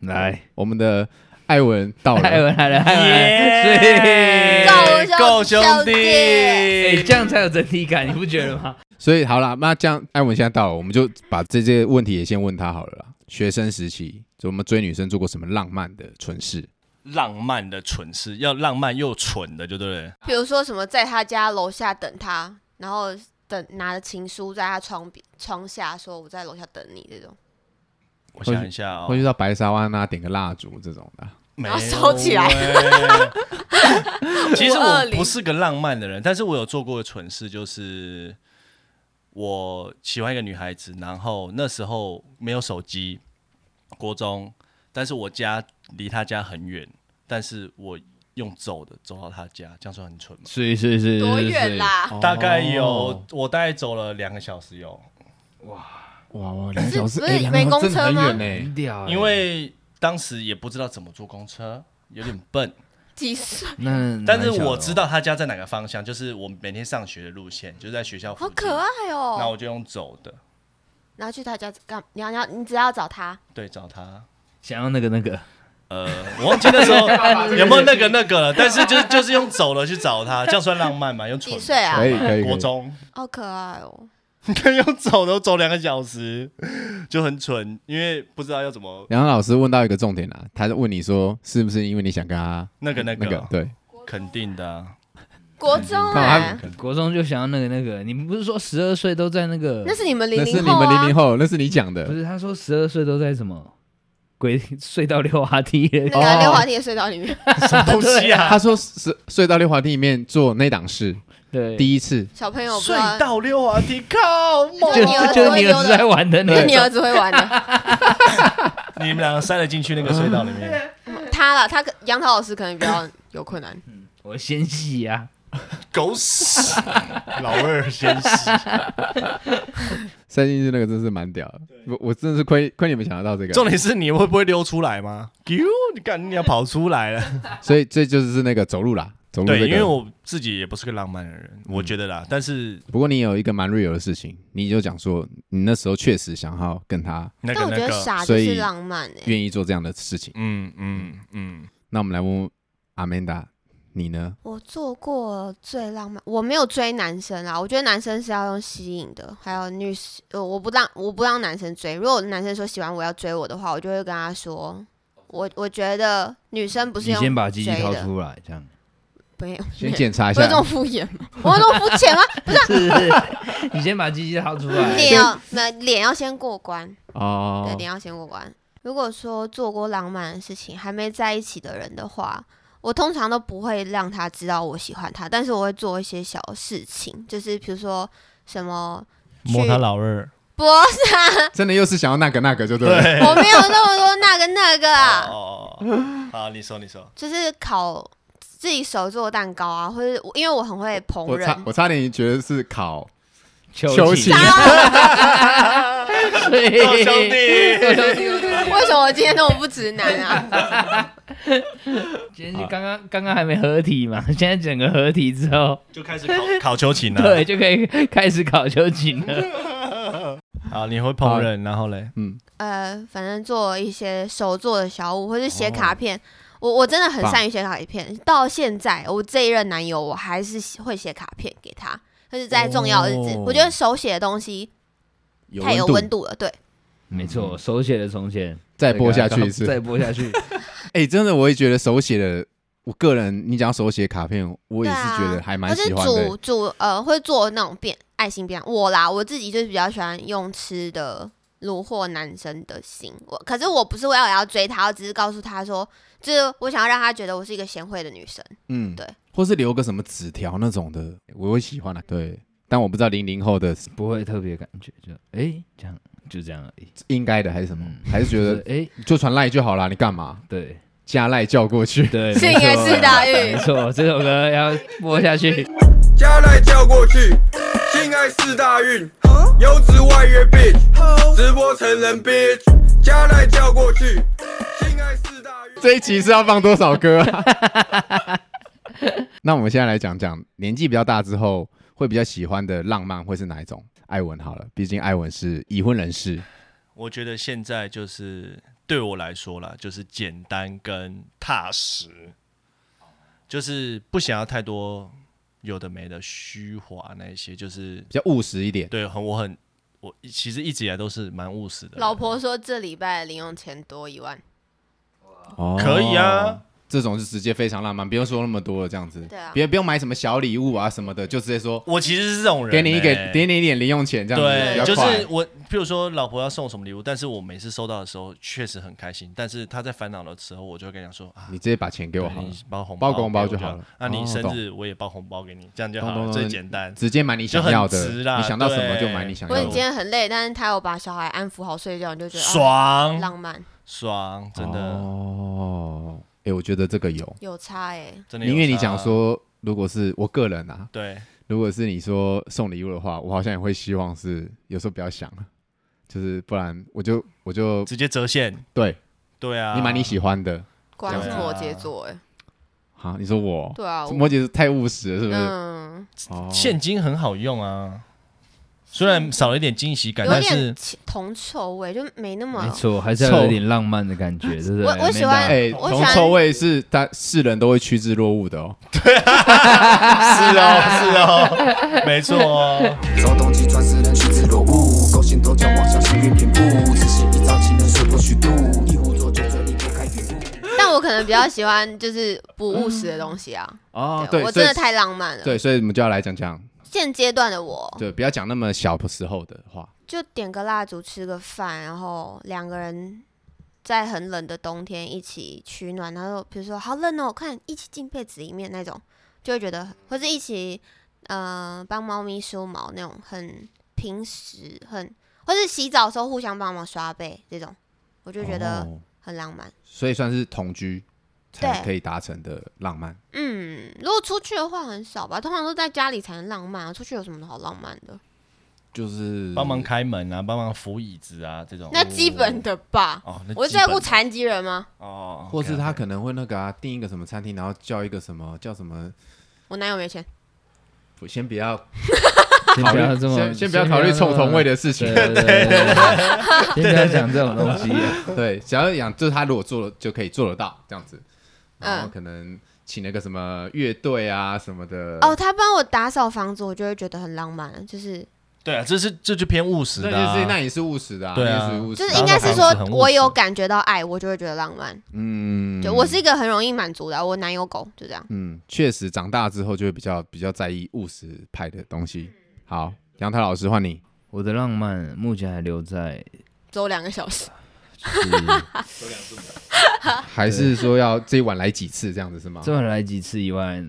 Speaker 2: 来，
Speaker 1: 我们的艾文到了，
Speaker 2: 艾文来了，
Speaker 1: 哎
Speaker 2: 艾文，所以
Speaker 3: 耶
Speaker 5: 够
Speaker 3: 够
Speaker 5: 兄
Speaker 3: 兄
Speaker 5: 弟
Speaker 3: 弟，
Speaker 2: 哎，这样才有整体感，你不觉得吗？
Speaker 1: 所以好啦，那这样艾文现在到了，我们就把这些问题也先问他好了啦。学生时期，就我们追女生做过什么浪漫的蠢事？
Speaker 5: 浪漫的蠢事，要浪漫又蠢的，就对了。
Speaker 3: 比如说什么在他家楼下等他，然后等拿着情书在他窗边窗下说我在楼下等你这种，
Speaker 5: 我想一下哦
Speaker 1: 会，去到白沙湾啊，点个蜡烛这种的。
Speaker 5: 没
Speaker 3: 然后收起来
Speaker 5: 有欸 [LAUGHS] 其实我
Speaker 3: 520
Speaker 5: 不是个浪漫的人，但是我有做过的蠢事，就是我喜欢一个女孩子，然后那时候没有手机，国中，但是我家离她家很远，但是我用走的走到她家，这样算很蠢吗？
Speaker 2: 是是是
Speaker 3: 多远？
Speaker 1: 哦
Speaker 3: 啦？
Speaker 5: 大概有，我大概走了两个小时有，
Speaker 1: 哇哇，两小时，
Speaker 3: 不是
Speaker 1: 哎，两个
Speaker 3: 没
Speaker 1: 小
Speaker 3: 公
Speaker 1: 时真的很
Speaker 3: 车吗
Speaker 1: 远呢。
Speaker 2: 很屌欸，
Speaker 5: 因为当时也不知道怎么坐公车，有点笨。
Speaker 3: [LAUGHS] 几岁？
Speaker 2: 欸那
Speaker 1: 嗯
Speaker 2: 蛮
Speaker 5: 但是
Speaker 2: 小的
Speaker 5: 我
Speaker 2: 哦
Speaker 5: 知道他家在哪个方向，就是我每天上学的路线，就是在学校附
Speaker 3: 好
Speaker 5: 近。
Speaker 3: 可爱
Speaker 5: 那
Speaker 3: 哦！
Speaker 5: 我就用走的，
Speaker 3: 然后去他家干，你要你要你只要找他，
Speaker 5: 对，找他。
Speaker 2: 想要那个那 [LAUGHS] 个，
Speaker 5: 呃，我忘记那时候
Speaker 3: [LAUGHS]
Speaker 5: 有没有那个那个了，但是就是就是用走了去找他， [LAUGHS] 这样算浪漫吗？用蠢
Speaker 3: 几岁
Speaker 1: 哎
Speaker 3: 啊
Speaker 1: 可以可以，
Speaker 5: 哎国中，
Speaker 3: 好可爱哦！
Speaker 5: 可以用走的，我走两个小时，就很蠢，因为不知道要怎么
Speaker 1: 梁老师问到一个重点啦，啊他问你说是不是因为你想跟他
Speaker 5: 那个那
Speaker 1: 那个
Speaker 5: 个，，
Speaker 1: 对，
Speaker 5: 肯定的啊。
Speaker 3: 国中
Speaker 1: 嗯干
Speaker 3: 哎、
Speaker 1: 嘛
Speaker 2: 国中就想要那个那个，你们不是说十二岁都在那个？
Speaker 3: 那是你们零
Speaker 1: 那是
Speaker 3: 零
Speaker 1: 你
Speaker 3: 后
Speaker 1: 们零
Speaker 3: 啊
Speaker 1: 零，后，那是你讲 [LAUGHS]
Speaker 2: 不
Speaker 1: 的。
Speaker 2: 是？他说十二岁都在什么鬼 [LAUGHS] 隧道溜滑梯？
Speaker 3: 那
Speaker 1: 哦
Speaker 3: 个溜滑梯的隧道里面，
Speaker 5: 什么东西啊
Speaker 1: 他？说是隧道溜滑梯里面做那档事，
Speaker 2: 对，
Speaker 1: 第一次
Speaker 3: 小朋友不知道
Speaker 5: 隧，道啊溜滑梯，靠！猛
Speaker 2: 就
Speaker 3: 你儿子
Speaker 2: 就是
Speaker 3: 会
Speaker 2: 你
Speaker 3: 溜
Speaker 2: 儿子在
Speaker 3: 的，
Speaker 2: 玩的那
Speaker 3: 那
Speaker 2: 个
Speaker 3: 你儿子会玩的。
Speaker 5: [LAUGHS] 你们两个塞了进去那个隧道里
Speaker 1: [LAUGHS]
Speaker 5: 面，
Speaker 3: 他了，他可杨桃老师可能比较有困难。
Speaker 2: 我先洗啊，
Speaker 5: 狗屎！ [LAUGHS] 老二先洗。
Speaker 1: 塞进去那个真是蛮屌的，我我真的是亏亏你们想得到这个，
Speaker 5: 重点是你会不会溜出来吗？丢，你干，你要跑出来 [LAUGHS] 了。
Speaker 1: 所以这就是那个走路啦，走路这个。
Speaker 5: 对，因为我自己也不是个浪漫的人，我觉得啦。但是
Speaker 1: 不过你有一个蛮 real 的事情，你就讲说你那时候确实想要跟他
Speaker 5: 那
Speaker 3: 但我
Speaker 5: 个
Speaker 3: 觉
Speaker 5: 那
Speaker 3: 得
Speaker 5: 个，
Speaker 3: 傻就
Speaker 1: 所以
Speaker 3: 是浪漫哎、
Speaker 1: 愿意做这样的事情。
Speaker 5: 嗯嗯嗯，
Speaker 1: 那我们来问问阿曼达，你呢？
Speaker 3: [LAUGHS] 我做过最浪漫，我没有追男生啊，我觉得男生是要用吸引的，还有女，呃，我不让我不让男生追。如果男生说喜欢我要追我的话，我就会跟他说，我我觉得女生不是
Speaker 2: 你
Speaker 3: 用
Speaker 2: 先把鸡鸡
Speaker 3: 追
Speaker 2: 掏
Speaker 3: 的，
Speaker 2: 出来，这样
Speaker 3: 没有，
Speaker 1: 先检查一
Speaker 3: 不是
Speaker 1: 下
Speaker 3: 这，种敷衍吗？ [LAUGHS] 我有这么肤浅吗？
Speaker 2: [LAUGHS] 是，是你先把鸡鸡掏出来
Speaker 3: 脸，要那脸要先过关，对，
Speaker 1: 哦，
Speaker 3: 脸要先过关。如果说做过浪漫的事情还没在一起的人的话，我通常都不会让他知道我喜欢他，但是我会做一些小事情，就是比如说什么去
Speaker 5: 老二，
Speaker 3: 不是啊，
Speaker 1: 真的又是想要那个那个，就对了。
Speaker 5: 对。
Speaker 3: 我没有那么多那个那个啊，
Speaker 5: [LAUGHS] 哦，好，你说你说，
Speaker 3: 就是烤自己手做蛋糕啊，或者我因为我很会烹
Speaker 1: 我差
Speaker 3: 饪，
Speaker 1: 我差点觉得是考
Speaker 2: 求
Speaker 1: 求
Speaker 2: 情
Speaker 3: [LAUGHS]
Speaker 1: 情，
Speaker 2: 对 [LAUGHS] 哦
Speaker 5: 够兄弟，
Speaker 2: 求
Speaker 5: [LAUGHS]
Speaker 2: 情
Speaker 3: [LAUGHS] 为什么我今天那么不直男啊？
Speaker 2: 今天是刚刚刚刚还没合体嘛，现在整个合体之后，
Speaker 5: 就开始考考秋啊琴了。
Speaker 2: 对，，就可以开始考秋瑾
Speaker 3: 嗯
Speaker 2: 了。
Speaker 5: 好，你会烹饪，然后嘞，
Speaker 3: 呃，反正做一些手做的小物，或是写卡片。我我真的很
Speaker 1: 哦棒
Speaker 3: 善于写卡片，到现在我这一任男友，我还是喜会写卡片给他，就是在重要的日子。
Speaker 1: 哦
Speaker 3: 我觉得手写的东西
Speaker 1: 有嗯
Speaker 3: 太有温度了，对，
Speaker 2: 没错，手写的从前
Speaker 1: 再播下去一次。
Speaker 2: 再播下去， [LAUGHS]
Speaker 1: 哎、真的，我也觉得手写的，我个人你讲手写卡片，我也是觉得还蛮喜欢
Speaker 3: 啊或是
Speaker 1: 的。
Speaker 3: 煮煮呃，会做那种变爱心变。我啦，我自己就是比较喜欢用吃的虏获男生的心。我可是我不是为了要追他，我只是告诉他说，就是我想要让他觉得我是一个贤惠的女生。
Speaker 1: 嗯，
Speaker 3: 对，
Speaker 1: 或是留个什么纸条那种的，我会喜欢的、对，但我不知道零零后的是
Speaker 2: 不会特别感觉就哎、这样就这样而已。
Speaker 1: 应该的还是什么，
Speaker 2: 嗯
Speaker 1: 还是觉
Speaker 2: [LAUGHS] 就是
Speaker 1: 得
Speaker 2: 哎、
Speaker 1: 就传赖就好啦，你干嘛
Speaker 2: 对
Speaker 1: 加赖叫过去？
Speaker 2: 对，
Speaker 3: 是
Speaker 2: 没
Speaker 3: 应该
Speaker 2: 错
Speaker 3: 是哎大
Speaker 2: 没
Speaker 3: 玉。
Speaker 2: 错，这首歌要播下
Speaker 3: [LAUGHS]
Speaker 2: 去。
Speaker 7: 加赖叫过去，性爱四大运，优质外约 bitch，直播成人 bitch，加赖叫过去，性爱四大运。
Speaker 1: [LAUGHS] 这一集是要放多少歌啊？ [LAUGHS] 那我们现在来讲讲年纪比较大之后会比较喜欢的浪漫会是哪一种？艾文好了，毕竟艾文是已婚人士，
Speaker 5: 我觉得现在就是对我来说啦，就是简单跟踏实，就是不想要太多有的没的虚华那一些，就是
Speaker 1: 比较务实一点。
Speaker 5: 对，很我很我其实一直以来都是蛮务实的
Speaker 1: 啊
Speaker 5: 人。
Speaker 3: 老婆说这礼拜零用钱多一万，
Speaker 1: 哦
Speaker 5: 可以啊，
Speaker 1: 这种是直接非常浪漫，不用说那么多了，这样子。
Speaker 3: 对啊
Speaker 1: 别不用买什么小礼物啊什么的，就直接说
Speaker 5: 我其实是这种人、
Speaker 1: 给你一个
Speaker 5: 欸
Speaker 1: 给你一点零用钱，这
Speaker 5: 对，
Speaker 1: 样子
Speaker 5: 就
Speaker 1: 比较快
Speaker 5: 是我，譬如说老婆要送什么礼物，但是我每次收到的时候确实很开心，但是她在烦恼的时候，我就会跟她说啊，
Speaker 1: 你直接把钱给我
Speaker 5: 对
Speaker 1: 好了
Speaker 5: 你，包红
Speaker 1: 包个红包
Speaker 5: 给我
Speaker 1: 就好了
Speaker 5: 那、
Speaker 1: 哦
Speaker 5: 你生
Speaker 1: 懂
Speaker 5: 日我也包红包给你，这样就
Speaker 1: 懂
Speaker 5: 好了，
Speaker 1: 懂
Speaker 5: 最
Speaker 1: 懂
Speaker 5: 简单。
Speaker 1: 直接买你想要的，
Speaker 5: 就很直啦
Speaker 1: 你想到什么
Speaker 5: 对
Speaker 1: 就买你想
Speaker 3: 或
Speaker 1: 要
Speaker 3: 者
Speaker 5: 对
Speaker 3: 你今
Speaker 1: 的。
Speaker 3: 天很累，但是他有把小孩安抚好睡觉，你就觉得哦
Speaker 5: 爽、
Speaker 3: 浪漫
Speaker 5: 爽，真的、
Speaker 1: 哦，哎、我觉得这个有，
Speaker 3: 有差哎、
Speaker 5: 真的有差。
Speaker 1: 因为你讲说，如果是我个人啊，
Speaker 5: 对，
Speaker 1: 如果是你说送礼物的话，我好像也会希望是有时候不要想了，啊就是不然我就我就
Speaker 5: 直接折现，
Speaker 1: 对
Speaker 5: 对啊，
Speaker 1: 你买你喜欢的。
Speaker 3: 果然是
Speaker 5: 对啊
Speaker 3: 摩羯座哎、
Speaker 1: 好，你说我，
Speaker 3: 对啊，我
Speaker 1: 摩羯是太务实了，是不是？
Speaker 3: 嗯，
Speaker 1: 哦
Speaker 5: 现金很好用啊，虽然少了一点惊喜感，
Speaker 3: 有
Speaker 5: 但是
Speaker 3: 点情铜臭味，就没那么
Speaker 2: 没错，还是要有点浪漫的感
Speaker 3: [LAUGHS]
Speaker 2: 觉，对不对？
Speaker 3: 我我喜欢
Speaker 2: 没办法
Speaker 1: 哎，
Speaker 3: 我
Speaker 1: 铜
Speaker 3: 想
Speaker 1: 臭味是大世人都会趋之若鹜的哦。
Speaker 5: 是哦，
Speaker 1: [LAUGHS]
Speaker 5: 是哦，没错哦。
Speaker 8: 手动击穿世人趋之若鹜，勾心斗角妄想幸运遍布，此心一朝岂能随波虚度？一壶浊酒醉里不开云雾。
Speaker 3: [LAUGHS] 但我可能比较喜欢就是不务实的东西啊。
Speaker 1: 哦，
Speaker 3: 对
Speaker 1: 对，
Speaker 3: 我
Speaker 1: 所以
Speaker 3: 真的太浪漫了。哦
Speaker 1: 对，所以我们就要来讲讲，
Speaker 3: 现阶段的我，
Speaker 1: 对，不要讲那么小时候的话。
Speaker 3: 就点个蜡烛，吃个饭，然后两个人在很冷的冬天一起取暖，然后比如说好冷哦，看一起进被子里面那种，就会觉得，或者一起呃帮猫咪梳毛那种很平时很，或是洗澡的时候互相帮忙刷背这种，我就觉得
Speaker 1: 哦
Speaker 3: 很浪漫。
Speaker 1: 所以算是同居才
Speaker 3: 对
Speaker 1: 可以达成的浪漫。
Speaker 3: 嗯，如果出去的话很少吧，通常都在家里才能浪漫啊。出去有什么好浪漫的？
Speaker 5: 哦
Speaker 1: 就是
Speaker 5: 帮忙开门啊，帮忙扶椅子啊，这种。
Speaker 3: 那基本的吧。
Speaker 5: 哦，那
Speaker 3: 我是
Speaker 5: 基本
Speaker 3: 在
Speaker 5: 的
Speaker 3: 乎残疾人吗？
Speaker 5: 哦，
Speaker 1: 或是他
Speaker 5: OK，OK
Speaker 1: 可能会那个啊，订一个什么餐厅，然后叫一个什么叫什么，
Speaker 3: 我男友没钱，
Speaker 1: 不先不要
Speaker 2: 先
Speaker 1: 考
Speaker 2: 不
Speaker 1: 虑
Speaker 2: 要这，么，
Speaker 1: 哎先先不要考虑臭同位的事情
Speaker 2: 对。对对
Speaker 1: [LAUGHS]
Speaker 2: 对对先不要讲这种东西。
Speaker 1: 对，想要讲就是他如果做了就可以做得到这样子，然后
Speaker 3: 嗯
Speaker 1: 可能请了个什么乐队啊什么的。
Speaker 3: 哦，，他帮我打扫房子，我就会觉得很浪漫，就是
Speaker 5: 对啊，这是这就偏务实
Speaker 1: 那
Speaker 5: 的
Speaker 1: 就
Speaker 5: 啊，
Speaker 1: 是那也是务实的啊，
Speaker 5: 对啊
Speaker 1: 那也属于务实
Speaker 3: 就
Speaker 1: 的。
Speaker 3: 是应该是
Speaker 5: 打扫
Speaker 3: 说
Speaker 5: 房子很务实
Speaker 3: 我有感觉到爱，我就会觉得浪漫。
Speaker 1: 嗯，
Speaker 3: 就我是一个很容易满足的啊，我男友狗就这样。
Speaker 1: 嗯，确实长大之后就会比较比较在意务实派的东西。
Speaker 3: 嗯
Speaker 1: 好，杨涛老师换你，
Speaker 2: [LAUGHS] 我的浪漫目前还留在
Speaker 3: 走两个小时，
Speaker 2: 就是
Speaker 1: 还是说要这一晚来几次这样子是吗？
Speaker 2: 这么来几次以外，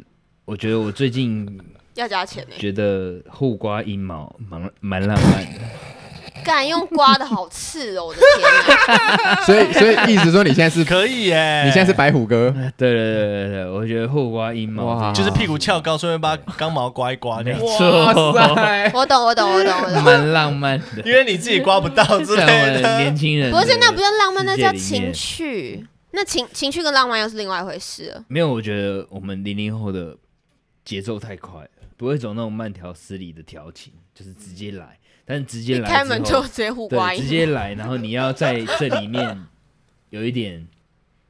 Speaker 2: 我觉得我最近
Speaker 3: 要加钱呢、
Speaker 2: 觉得互刮阴毛蛮蛮浪漫的。
Speaker 3: 敢用刮的好刺哦，我的天哪！
Speaker 1: 所以所以意思说你现在是
Speaker 5: 可以耶！
Speaker 1: 你现在是白虎哥，
Speaker 2: 对对对对对，我觉得后刮阴
Speaker 1: 哇
Speaker 2: 毛
Speaker 5: 就是屁股翘高，顺便把肛毛刮一刮这样
Speaker 2: 没，错，
Speaker 1: 哇塞，
Speaker 3: 我懂，我懂，我懂，我懂。
Speaker 2: 蛮浪漫的。
Speaker 5: 因为你自己刮不到之
Speaker 2: 在我
Speaker 5: 类
Speaker 2: 们
Speaker 1: [LAUGHS]
Speaker 5: 的
Speaker 2: 年。轻人
Speaker 3: 不是，那不
Speaker 2: 是
Speaker 3: 叫浪漫，那
Speaker 2: 世界
Speaker 3: 叫
Speaker 2: 里
Speaker 3: 情
Speaker 2: 面
Speaker 3: 趣。那情情趣跟浪漫又是另外一回事了。
Speaker 2: 没有，我觉得我们零零后的节奏太快了，不会走那种慢条斯理的调情，就是直接来，但是直接
Speaker 3: 一
Speaker 2: 来
Speaker 3: 开门
Speaker 2: 之后
Speaker 3: 就直接互刮
Speaker 2: 对，
Speaker 3: 一
Speaker 2: 直接来，然后你要在这里面有一点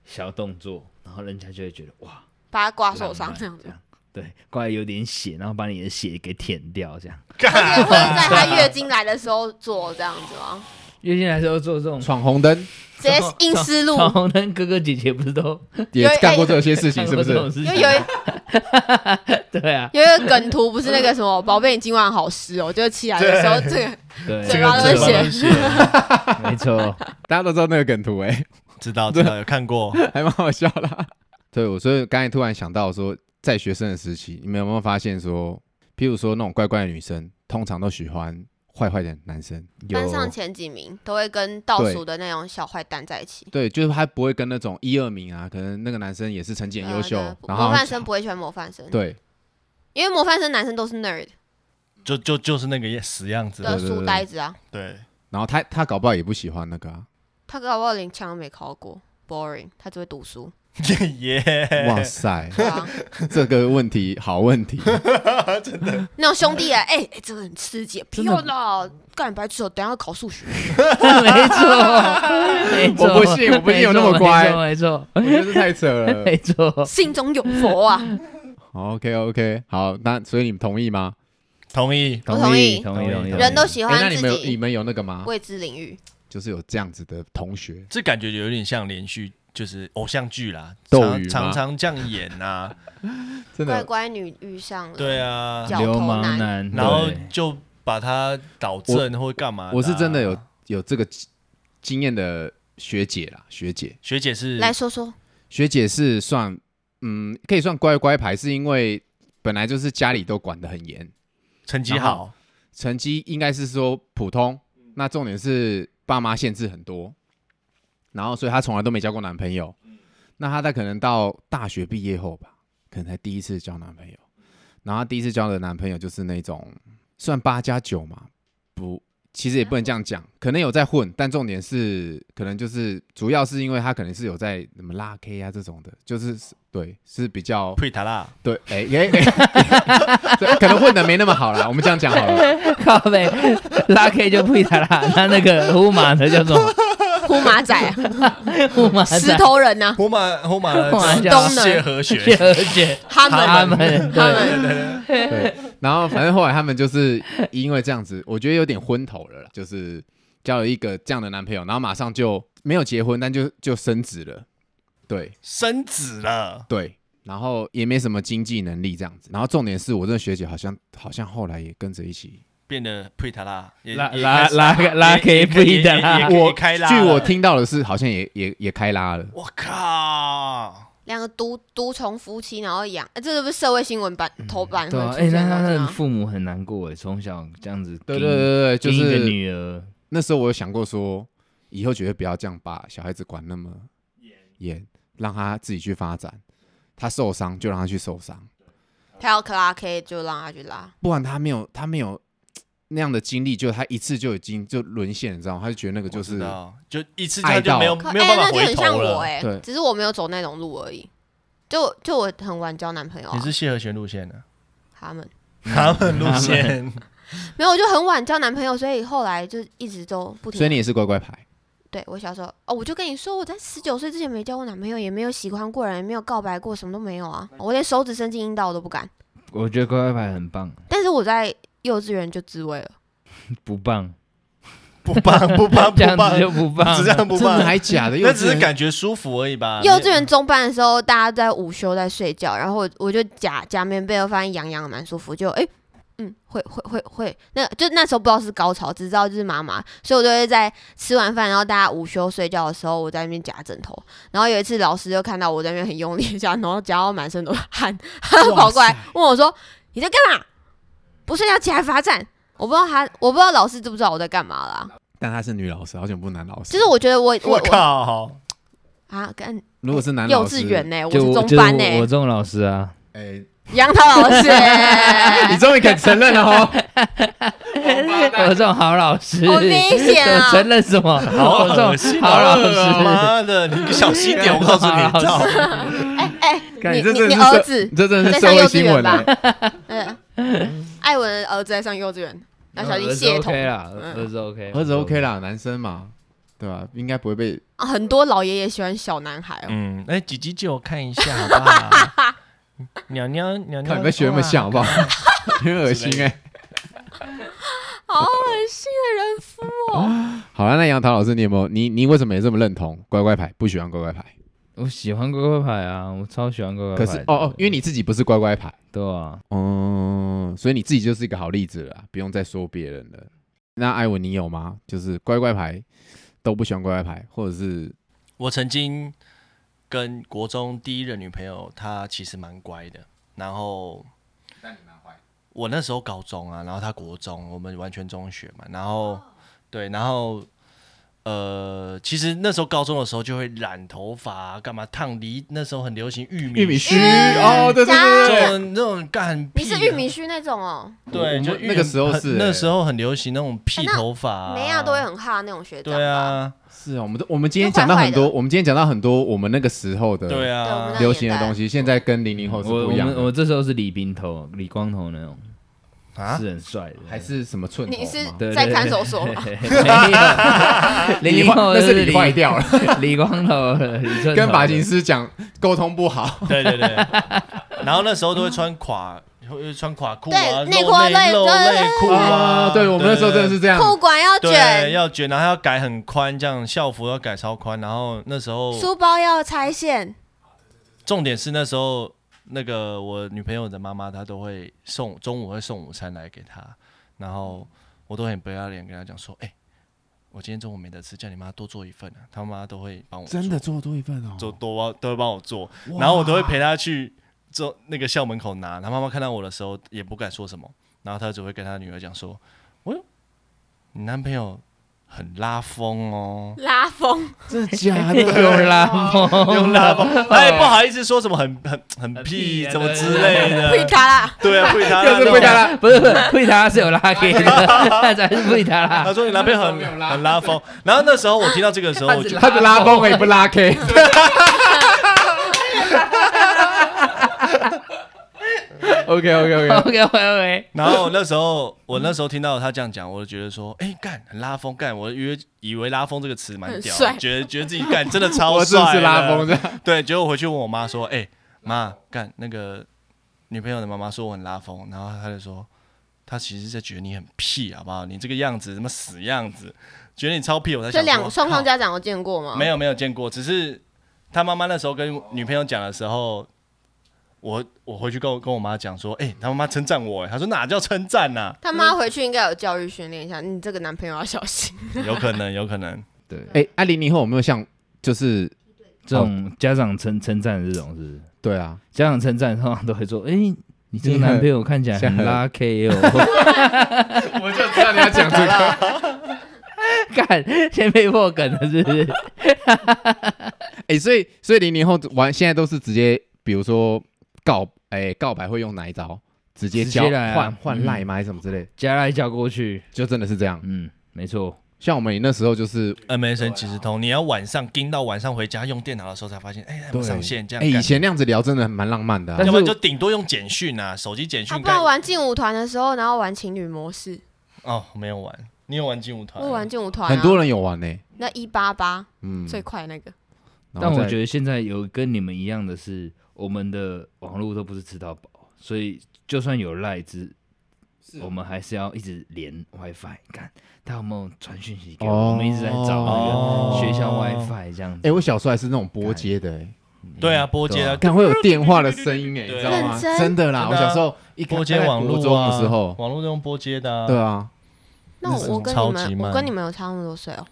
Speaker 2: 小动作，然后人家就会觉得哇，
Speaker 3: 把它刮
Speaker 2: 浪
Speaker 3: 受伤
Speaker 2: 漫
Speaker 3: 这
Speaker 2: 这
Speaker 3: 样子。
Speaker 2: 样，对，过来有点血，然后把你的血给舔掉，这样。
Speaker 3: 那是会在她月经来的时候做这样子吗？
Speaker 2: 月经来的时候做这种
Speaker 1: 闯红灯
Speaker 3: 直接阴湿路，
Speaker 2: 闯红灯，哥哥姐姐不是都
Speaker 1: 也
Speaker 3: 有
Speaker 1: 干过这些事情，是不
Speaker 2: 干过这种
Speaker 1: 是？
Speaker 2: 事
Speaker 3: 因
Speaker 2: 情
Speaker 3: 为有一
Speaker 2: [LAUGHS] 对啊，
Speaker 3: 有一个梗图，不是那个什么“宝贝，你今晚好湿哦”，就是起来的时候，这个
Speaker 2: 对，
Speaker 3: 嘴巴都是
Speaker 5: 嘴巴
Speaker 3: 血
Speaker 2: [LAUGHS]
Speaker 5: 都。
Speaker 2: 没错，
Speaker 1: 大家都知道那个梗图，哎，
Speaker 5: 知道知道有看过，
Speaker 1: 还蛮好笑啦。对，我所以刚才突然想到说，在学生的时期，你们有没有发现说，譬如说那种怪怪的女生，通常都喜欢坏坏的男生，
Speaker 3: 班
Speaker 1: 有
Speaker 3: 上前几名都会跟倒
Speaker 1: 对
Speaker 3: 数的那种小坏蛋在一起。
Speaker 1: 对，就是他不会跟那种一二名啊，可能那个男生也是成绩很优秀
Speaker 3: 呃，对
Speaker 1: 然
Speaker 3: 模
Speaker 1: 后
Speaker 3: 范生不会喜欢模范生，
Speaker 1: 对
Speaker 3: 因为模范生男生都是 nerd
Speaker 5: 就就就是那个死样子。
Speaker 3: 的
Speaker 1: 对对
Speaker 3: 书呆子啊，
Speaker 5: 对，
Speaker 1: 然后他他搞不好也不喜欢那个、啊，
Speaker 3: 他搞不好连枪都没考过，boring，他只会
Speaker 1: [LAUGHS]
Speaker 3: 读书，
Speaker 5: [LAUGHS] 耶，
Speaker 1: 哇塞，
Speaker 3: 对啊，
Speaker 1: 这个问题好问题，
Speaker 3: 那种兄弟啊，哎、哎这个很吃鸡，不用了，干白痴哦，等一下要考
Speaker 1: [LAUGHS]
Speaker 3: 数学，
Speaker 2: 没错，没错，
Speaker 1: 我不信我不信有那么乖
Speaker 2: 没错，
Speaker 1: 我觉得这太扯了
Speaker 2: [LAUGHS] 没。错，没错
Speaker 3: 心中有
Speaker 1: [LAUGHS]
Speaker 3: 佛啊，
Speaker 1: OK OK，好，那所以你们同意吗？
Speaker 5: 同意。
Speaker 3: 我同意
Speaker 2: 同意，同意，
Speaker 3: 人都喜
Speaker 1: 诶哎那
Speaker 3: 欢
Speaker 1: 你
Speaker 3: 自
Speaker 1: 们有啊你
Speaker 3: 己
Speaker 1: 们有那个吗？
Speaker 3: 未知领域，
Speaker 1: 就是有这样子的同学，
Speaker 5: 这感觉有点像连续，就是偶像剧啦，
Speaker 1: 斗
Speaker 5: 常
Speaker 1: 鱼吗
Speaker 5: 常常这样演呐、
Speaker 1: 真
Speaker 3: 乖
Speaker 1: 的
Speaker 3: 乖女遇上了，
Speaker 5: 对啊，
Speaker 3: 角
Speaker 2: 流
Speaker 3: 头
Speaker 2: 氓
Speaker 3: 男
Speaker 2: 男，
Speaker 5: 然后
Speaker 2: 对
Speaker 5: 就把他导正或干嘛、
Speaker 1: 我是真的有，有这个经经验的学姐啦，学姐，
Speaker 5: 学姐是
Speaker 3: 来说 [LAUGHS] 说，
Speaker 1: 学姐是算，嗯，可以算乖乖牌，是因为本来就是家里都管得很严，
Speaker 5: 成绩
Speaker 1: 然
Speaker 5: 好
Speaker 1: 后，成绩应该是说普通，那重点是爸妈限制很多，然后所以她从来都没交过男朋友，那她在可能到大学毕业后吧，可能才第一次交男朋友，然后她第一次交的男朋友就是那种算八加九嘛，不，其实也不能这样讲，可能有在混，但重点是可能就是主要是因为她可能是有在什么拉 K 啊这种的，就是对是比较
Speaker 5: 佩塔啦，
Speaker 1: 对，哎、哎哎，对 [LAUGHS] 可能混的没那么好啦，我们这样讲好了。
Speaker 2: [LAUGHS] 靠背拉 K 就不一
Speaker 3: [LAUGHS]
Speaker 2: 他啦，他那个呼马的叫什么？
Speaker 3: 呼马仔、啊，
Speaker 2: 呼马仔
Speaker 3: 石头人啊呐、
Speaker 5: 胡马胡马
Speaker 1: [LAUGHS]
Speaker 2: 胡马
Speaker 5: 的
Speaker 3: 东人
Speaker 5: 谢和
Speaker 2: 谢
Speaker 5: 学，
Speaker 2: 和弦，
Speaker 3: 啊，他们
Speaker 2: 他们
Speaker 3: 他
Speaker 2: 对，
Speaker 3: 们
Speaker 1: 对，然后反正后来他们就是因为这样子，我觉得有点昏头了啦，就是交了一个这样的男朋友，然后马上就没有结婚，但就就升职了。对
Speaker 5: 生子了，
Speaker 1: 对，然后也没什么经济能力这样子，然后重点是我这个学姐好像好像后来也跟着一起。
Speaker 5: 变得佩塔啦，也
Speaker 2: 拉
Speaker 5: 也
Speaker 2: 拉
Speaker 5: 开始啦
Speaker 2: 拉拉
Speaker 5: 也也
Speaker 2: K 不一塔啦
Speaker 5: 也也也
Speaker 1: 啊我
Speaker 5: 也开拉
Speaker 1: 据
Speaker 5: 了，
Speaker 1: 我听到的是，好像也也也开拉了。
Speaker 5: 我靠，
Speaker 3: 两个独独从夫妻，然后养，哎这是不是社会新闻版头版会
Speaker 2: 对啊，
Speaker 3: 出
Speaker 2: 哎，
Speaker 3: 现
Speaker 2: 那
Speaker 3: 的
Speaker 2: 他
Speaker 3: 这
Speaker 2: 的
Speaker 3: 样
Speaker 2: 父母很难过哎，从小这样子，
Speaker 1: 对对对对，就
Speaker 2: 一个
Speaker 1: 是
Speaker 2: 女儿，
Speaker 1: 那时候我有想过说，以后绝对不要这样把小孩子管那么严，让他自己去发展。他受伤就让他去受伤，
Speaker 3: 他要克拉 K 就让他去拉，
Speaker 1: 不然他没有他没有那样的经历，就他一次就已经就沦陷，你知道吗？他就觉得那个就
Speaker 5: 我知
Speaker 1: 是
Speaker 5: 道就一次
Speaker 1: 爱
Speaker 5: 他就没有
Speaker 3: 可
Speaker 5: 没有办
Speaker 3: 那
Speaker 5: 法
Speaker 3: 就
Speaker 5: 回
Speaker 3: 很像
Speaker 5: 头
Speaker 3: 我
Speaker 5: 了。
Speaker 3: 哎、
Speaker 1: 对
Speaker 3: 只是我没有走那种路而已。就就我很晚交男朋友、
Speaker 5: 你
Speaker 3: 啊，
Speaker 5: 是谢和弦路线的，
Speaker 3: 他们
Speaker 1: 嗯
Speaker 5: 他们路
Speaker 1: [LAUGHS]
Speaker 5: 线，
Speaker 3: 没有，我就很晚交男朋友，所以后来就一直都不停。
Speaker 1: 所以你也是乖乖牌，
Speaker 3: 对我小时候哦，我就跟你说，我在十九岁之前没交过男朋友，也没有喜欢过人，也没有告白过，什么都没有啊，我连手指伸进阴道我都不敢。
Speaker 2: 我觉得乖乖牌很棒，
Speaker 3: 但是我在幼稚园就自慰了，
Speaker 2: 不棒，
Speaker 5: 不
Speaker 1: [LAUGHS]
Speaker 5: 棒不棒
Speaker 2: 这
Speaker 5: 不
Speaker 2: 样
Speaker 5: 棒
Speaker 2: 子，就不 [LAUGHS] 棒，
Speaker 5: 只这样不
Speaker 1: 真的
Speaker 5: 棒，
Speaker 1: 还假的？
Speaker 5: [LAUGHS] 那只
Speaker 1: 幼稚
Speaker 5: 是
Speaker 1: 园
Speaker 5: 感觉舒服而已
Speaker 2: 啊
Speaker 5: 吧。
Speaker 3: 幼稚园中班的时候，大家都在午休在睡觉，然后我我就夹夹棉被，我发现痒痒的蛮舒服，就哎、嗯，会会会会，那就那时候不知道是高潮，只知道就是麻麻，所以我就会在吃完饭，然后大家午休睡觉的时候，我在那边夹枕头，然后有一次老师就看到我在那边很用力夹，然后夹到满身都是汗，他就跑过来问我说：“你在干嘛？不睡觉起来罚站？”我不知道他，我不知道老师知不知道我在干嘛啦。
Speaker 1: 但她是女老师，好久不男老师。
Speaker 3: 就是我觉得我我
Speaker 5: 我
Speaker 3: 我
Speaker 5: 靠，
Speaker 3: 啊，跟
Speaker 1: 如果是男
Speaker 3: 幼
Speaker 1: 老师，
Speaker 3: 稚园呢，我
Speaker 2: 就是
Speaker 3: 中
Speaker 2: 就是
Speaker 3: 班
Speaker 2: 我我
Speaker 3: 呢
Speaker 2: 这，种老师啊，
Speaker 1: 哎、
Speaker 3: 杨桃 [LAUGHS] 老师，
Speaker 1: 你终于肯承认了哦。
Speaker 2: 我这种好老师，
Speaker 3: 好危险啊
Speaker 2: 我承认什么？
Speaker 5: 好
Speaker 2: 我这
Speaker 5: 恶
Speaker 2: 种
Speaker 5: 心！
Speaker 2: 好老师，
Speaker 5: 妈的，你小心一点，我告诉你，
Speaker 2: 好
Speaker 5: 知道
Speaker 2: 老
Speaker 5: 吗
Speaker 2: 师？
Speaker 3: 哎哎，
Speaker 1: 干
Speaker 3: [LAUGHS] 你
Speaker 1: 这
Speaker 3: 你
Speaker 1: 真的
Speaker 3: 你
Speaker 1: 是
Speaker 3: 儿
Speaker 1: 社
Speaker 3: 子，
Speaker 1: 这真的
Speaker 3: 在
Speaker 1: 是
Speaker 3: 上
Speaker 1: 社会
Speaker 3: 幼稚
Speaker 1: 新
Speaker 3: 园
Speaker 1: 闻
Speaker 3: 吧
Speaker 1: 了。？
Speaker 3: 嗯，艾文的儿子在上幼稚园，要小心
Speaker 2: 儿子
Speaker 3: 血统
Speaker 2: OK 啦，
Speaker 3: 嗯
Speaker 2: 儿子 OK，
Speaker 1: 儿子 OK 啦，男生嘛，对吧、应该不会被
Speaker 3: 啊！很多老爷爷喜欢小男孩哦。
Speaker 5: 嗯，哎，姐姐借我看一下好不好？鸟鸟鸟鸟，
Speaker 1: 看你们学那么像，好不好？ [LAUGHS] 很恶心哎、
Speaker 3: 好恶心的人夫哦！
Speaker 1: 好了，那杨桃老师，你有没有你你为什么也这么认同乖乖牌？不喜欢乖乖牌？
Speaker 2: 我喜欢乖乖牌啊，我超喜欢乖乖牌
Speaker 1: 可
Speaker 2: 的。
Speaker 1: 是哦哦，因为你自己不是乖乖牌，
Speaker 2: 对啊，
Speaker 1: 嗯，所以你自己就是一个好例子了啦，不用再说别人了。那艾文，你有吗？就是乖乖牌都不喜欢乖乖牌，或者是
Speaker 5: 我曾经跟国中第一任女朋友，她其实蛮乖的，然后我那时候高中啊，然后她国中，我们完全中学嘛，然后、对，然后呃，其实那时候高中的时候就会染头发，干嘛烫梨，那时候很流行玉米
Speaker 1: 玉米须
Speaker 3: 须
Speaker 1: 哦，对对对
Speaker 5: 这
Speaker 1: 对对，
Speaker 5: 种那种干屁
Speaker 3: 你
Speaker 5: 啊，
Speaker 3: 是玉米须那种哦，
Speaker 5: 对，
Speaker 1: 我
Speaker 5: 就
Speaker 1: 们
Speaker 5: 玉
Speaker 1: 那个
Speaker 5: 米
Speaker 1: 时候
Speaker 5: 很
Speaker 1: 是欸
Speaker 5: 那时候很流行那种
Speaker 3: 哎
Speaker 5: 屁
Speaker 3: 那
Speaker 5: 头发啊，
Speaker 3: 梅亚都会很怕那种学长吧。
Speaker 5: 对啊，
Speaker 1: 是啊。我们都我们今天讲到很
Speaker 3: 就坏
Speaker 1: 多，
Speaker 3: 坏
Speaker 1: 我们今天讲到很多我们那个时候
Speaker 5: 对
Speaker 1: 的
Speaker 3: 对我们
Speaker 5: 啊
Speaker 3: 那，
Speaker 1: 流行的东西，现在跟零零后是
Speaker 2: 我
Speaker 1: 不
Speaker 2: 我
Speaker 1: 一样
Speaker 2: 们我
Speaker 1: 的。
Speaker 2: 这时候是理平头、理光头那种，
Speaker 5: 啊
Speaker 2: 是很帅的，
Speaker 1: 还是什么寸头吗？
Speaker 3: 你是
Speaker 2: 对
Speaker 3: 在
Speaker 2: 对
Speaker 3: 看
Speaker 2: 对
Speaker 3: 守所
Speaker 2: [LAUGHS]
Speaker 3: 吗？
Speaker 2: 没有，
Speaker 1: 你
Speaker 2: 零零
Speaker 1: 坏
Speaker 2: 后
Speaker 1: 那
Speaker 2: 就是
Speaker 1: 你坏掉了，
Speaker 2: 理光头、理寸头
Speaker 1: 跟发型师讲沟通不好，
Speaker 5: [LAUGHS] 对对对，然后那时候都会穿垮，会穿垮裤啊，
Speaker 3: 对内
Speaker 5: 露
Speaker 3: 裤啊
Speaker 5: 内
Speaker 3: 对
Speaker 5: 露
Speaker 3: 对
Speaker 5: 内裤啊，
Speaker 1: 对我啊们那时候真的是这样，
Speaker 3: 裤管要
Speaker 5: 对，
Speaker 3: 卷，
Speaker 5: 要卷，然后要改很宽，这样校服要改超宽，然后那时候
Speaker 3: 书包要拆线，
Speaker 5: 重点是那时候那个我女朋友的妈妈她都会送中午会送午餐来给她，然后我都很不要脸跟她讲说，哎、我今天中午没得吃，叫你妈多做一份啊，她妈都会帮我做
Speaker 1: 做多一份哦
Speaker 5: 做多帮都会帮我做，然后我都会陪她去做那个校门口拿，她妈妈看到我的时候也不敢说什么，然后她只会跟她女儿讲说，我你男朋友很拉风 [LAUGHS] 哦。
Speaker 3: 拉风，
Speaker 1: 真的假的？
Speaker 2: 又拉风，
Speaker 5: 用拉风，哎，不好意思，说什么很很很屁，
Speaker 2: 屁
Speaker 5: 怎么
Speaker 2: 对
Speaker 5: 之类的，
Speaker 3: 会卡啦，
Speaker 5: 对啊，会他
Speaker 1: 又是会他
Speaker 5: 他。
Speaker 1: 啦，
Speaker 2: 不是不是，贝塔拉是有拉黑的，那才是贝塔
Speaker 5: 他
Speaker 2: 拉。
Speaker 5: 说你男朋友很很拉风，然后那时候我听到这个
Speaker 3: [LAUGHS]
Speaker 5: 时候，我就
Speaker 1: 他的拉风也不拉 K，OK [LAUGHS] OK OK，
Speaker 2: OK OK OK，
Speaker 5: 然后那时候我那时候听到他这样讲，我就觉得说，哎，干很拉风，干我以为以为拉风这个词蛮
Speaker 3: 很
Speaker 5: 屌
Speaker 3: 帅，
Speaker 5: 觉得觉得自己干真的超
Speaker 1: [LAUGHS]
Speaker 3: 啊
Speaker 1: 我是
Speaker 5: 帅
Speaker 1: 不
Speaker 5: 的，
Speaker 1: 是拉风的？
Speaker 5: 对，结果回去问我妈说：“哎、妈，干那个女朋友的妈妈说我很拉风。”然后她就说：“她其实是觉得你很屁，好不好？你这个样子，什么死样子，觉得你超屁。”我才
Speaker 3: 这
Speaker 5: 想
Speaker 3: 两
Speaker 5: 说
Speaker 3: 双
Speaker 5: 靠
Speaker 3: 方家长有见过吗？
Speaker 5: 没有没有见过，只是他妈妈那时候跟女朋友讲的时候，我我回去跟我跟我妈讲说：“哎、他妈妈称赞我、哎，她说：“哪叫称赞呐、
Speaker 3: 他妈回去应该有教育训练一下，你这个男朋友要小心。
Speaker 5: 有可能，有可能。
Speaker 2: 对，
Speaker 1: 哎，那零零后有没有像就是
Speaker 2: 这种家长称称赞的这种是不是，
Speaker 1: 对啊，
Speaker 2: 家长称赞通常都会说，哎，你这个男朋友看起来很拉 K 哦。 [LAUGHS]
Speaker 1: 我就知道你要讲这个。
Speaker 2: 干，先被破梗了是不是？
Speaker 1: [LAUGHS] 哎，所以所以零零后玩现在都是直接，比如说告哎告白会用哪一招？直接
Speaker 2: 直
Speaker 1: 交
Speaker 2: 接来啊
Speaker 1: 换换
Speaker 2: 嗯
Speaker 1: 赖吗？还是什么之类？
Speaker 2: 加来叫过去，
Speaker 1: 就真的是这样。
Speaker 2: 嗯，没错。
Speaker 1: 像我们那时候就是，
Speaker 5: MSN 即时通，你要晚上盯到晚上回家用电脑的时候才发现，哎、还没上线这样
Speaker 1: 哎，
Speaker 5: 干。
Speaker 1: 以前那样子聊真的蛮浪漫的啊
Speaker 2: 但。
Speaker 5: 要
Speaker 2: 是
Speaker 5: 不然
Speaker 2: 我
Speaker 5: 就顶多用简讯啊，手机简
Speaker 3: 他
Speaker 5: 讯
Speaker 3: 不然
Speaker 5: 干。
Speaker 3: 玩劲舞团的时候，然后玩情侣模式，
Speaker 5: 哦，没有玩，你有玩劲舞团？
Speaker 3: 我玩劲舞团、啊，
Speaker 1: 很多人有玩呢，
Speaker 3: 那一八八
Speaker 1: 嗯，
Speaker 3: 最快那个，
Speaker 2: 但我觉
Speaker 1: 得
Speaker 2: 得现在有跟你们一样的是，我们的网络都不是吃到饱，所以就算有赖之，我们还是要一直连 WiFi，看他有没有传讯息给我们。
Speaker 1: 哦
Speaker 2: 我们一直在找那个学校 WiFi 这样子。
Speaker 1: 哎，我小时候还是那种拨接的欸，
Speaker 5: 对啊，拨接
Speaker 2: 对
Speaker 5: 啊
Speaker 2: 啊，
Speaker 1: 看会有电话的声音哎，你
Speaker 5: 对
Speaker 1: 知道吗？
Speaker 3: 认真
Speaker 1: 真的啦，
Speaker 5: 真
Speaker 1: 我
Speaker 5: 的啊
Speaker 1: 小时候一开
Speaker 5: 拨接网
Speaker 1: 国
Speaker 5: 络
Speaker 1: 中
Speaker 5: 啊，
Speaker 1: 的时候，
Speaker 5: 网络都用拨接的啊。
Speaker 1: 对，啊，
Speaker 3: 那我我跟
Speaker 5: 超
Speaker 3: 你
Speaker 5: 级
Speaker 3: 们，
Speaker 5: 慢
Speaker 3: 我跟你们有差那么多岁哦、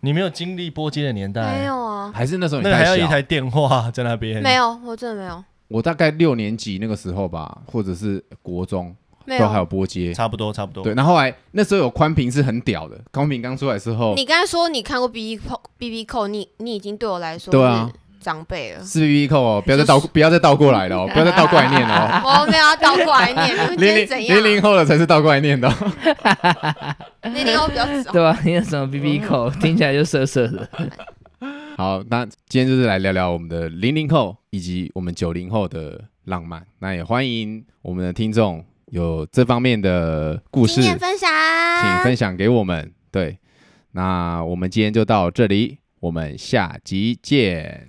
Speaker 5: 你没有经历拨接的年代，
Speaker 3: 没，有啊，
Speaker 1: 还是那时候
Speaker 5: 那
Speaker 1: 你
Speaker 5: 个还要
Speaker 1: 太
Speaker 5: 一
Speaker 1: 小，
Speaker 5: 台电话
Speaker 1: 嗯
Speaker 5: 在那边。
Speaker 3: 没有，我真的没有。
Speaker 1: 我大概六年级那个时候吧，或者是国中，
Speaker 3: 没
Speaker 1: 都还有
Speaker 3: 有。
Speaker 1: 波接。
Speaker 5: 差不多差不多。
Speaker 1: 对，然后后来那时候有宽屏是很屌的，宽屏刚出来之后
Speaker 3: 你刚才说你看过 B B 扣 B B 扣，你你已经对我来说
Speaker 1: 对啊
Speaker 3: 是长辈了。
Speaker 1: 是 B B 扣哦，不要 [LAUGHS] 再倒不要再倒过来了哦，不要再 [LAUGHS] 倒过来念了 [LAUGHS] 哦。
Speaker 3: [LAUGHS] 我没有要倒过来念，你们觉
Speaker 1: 零
Speaker 3: 得
Speaker 1: 零
Speaker 3: 怎样？
Speaker 1: 零零后的才是倒过来念的哦，
Speaker 3: 零零后比较早。
Speaker 1: 啊
Speaker 2: 对吧？你有什么 BB 扣，听起来就涩涩的。
Speaker 1: 好，那今天就是来聊聊我们的零零后以及我们九零后的浪漫。那也欢迎我们的听众有这方面的故事，
Speaker 3: 经验
Speaker 1: 请
Speaker 3: 分享，
Speaker 1: 分享给我们。对，那我们今天就到这里，我们下集见。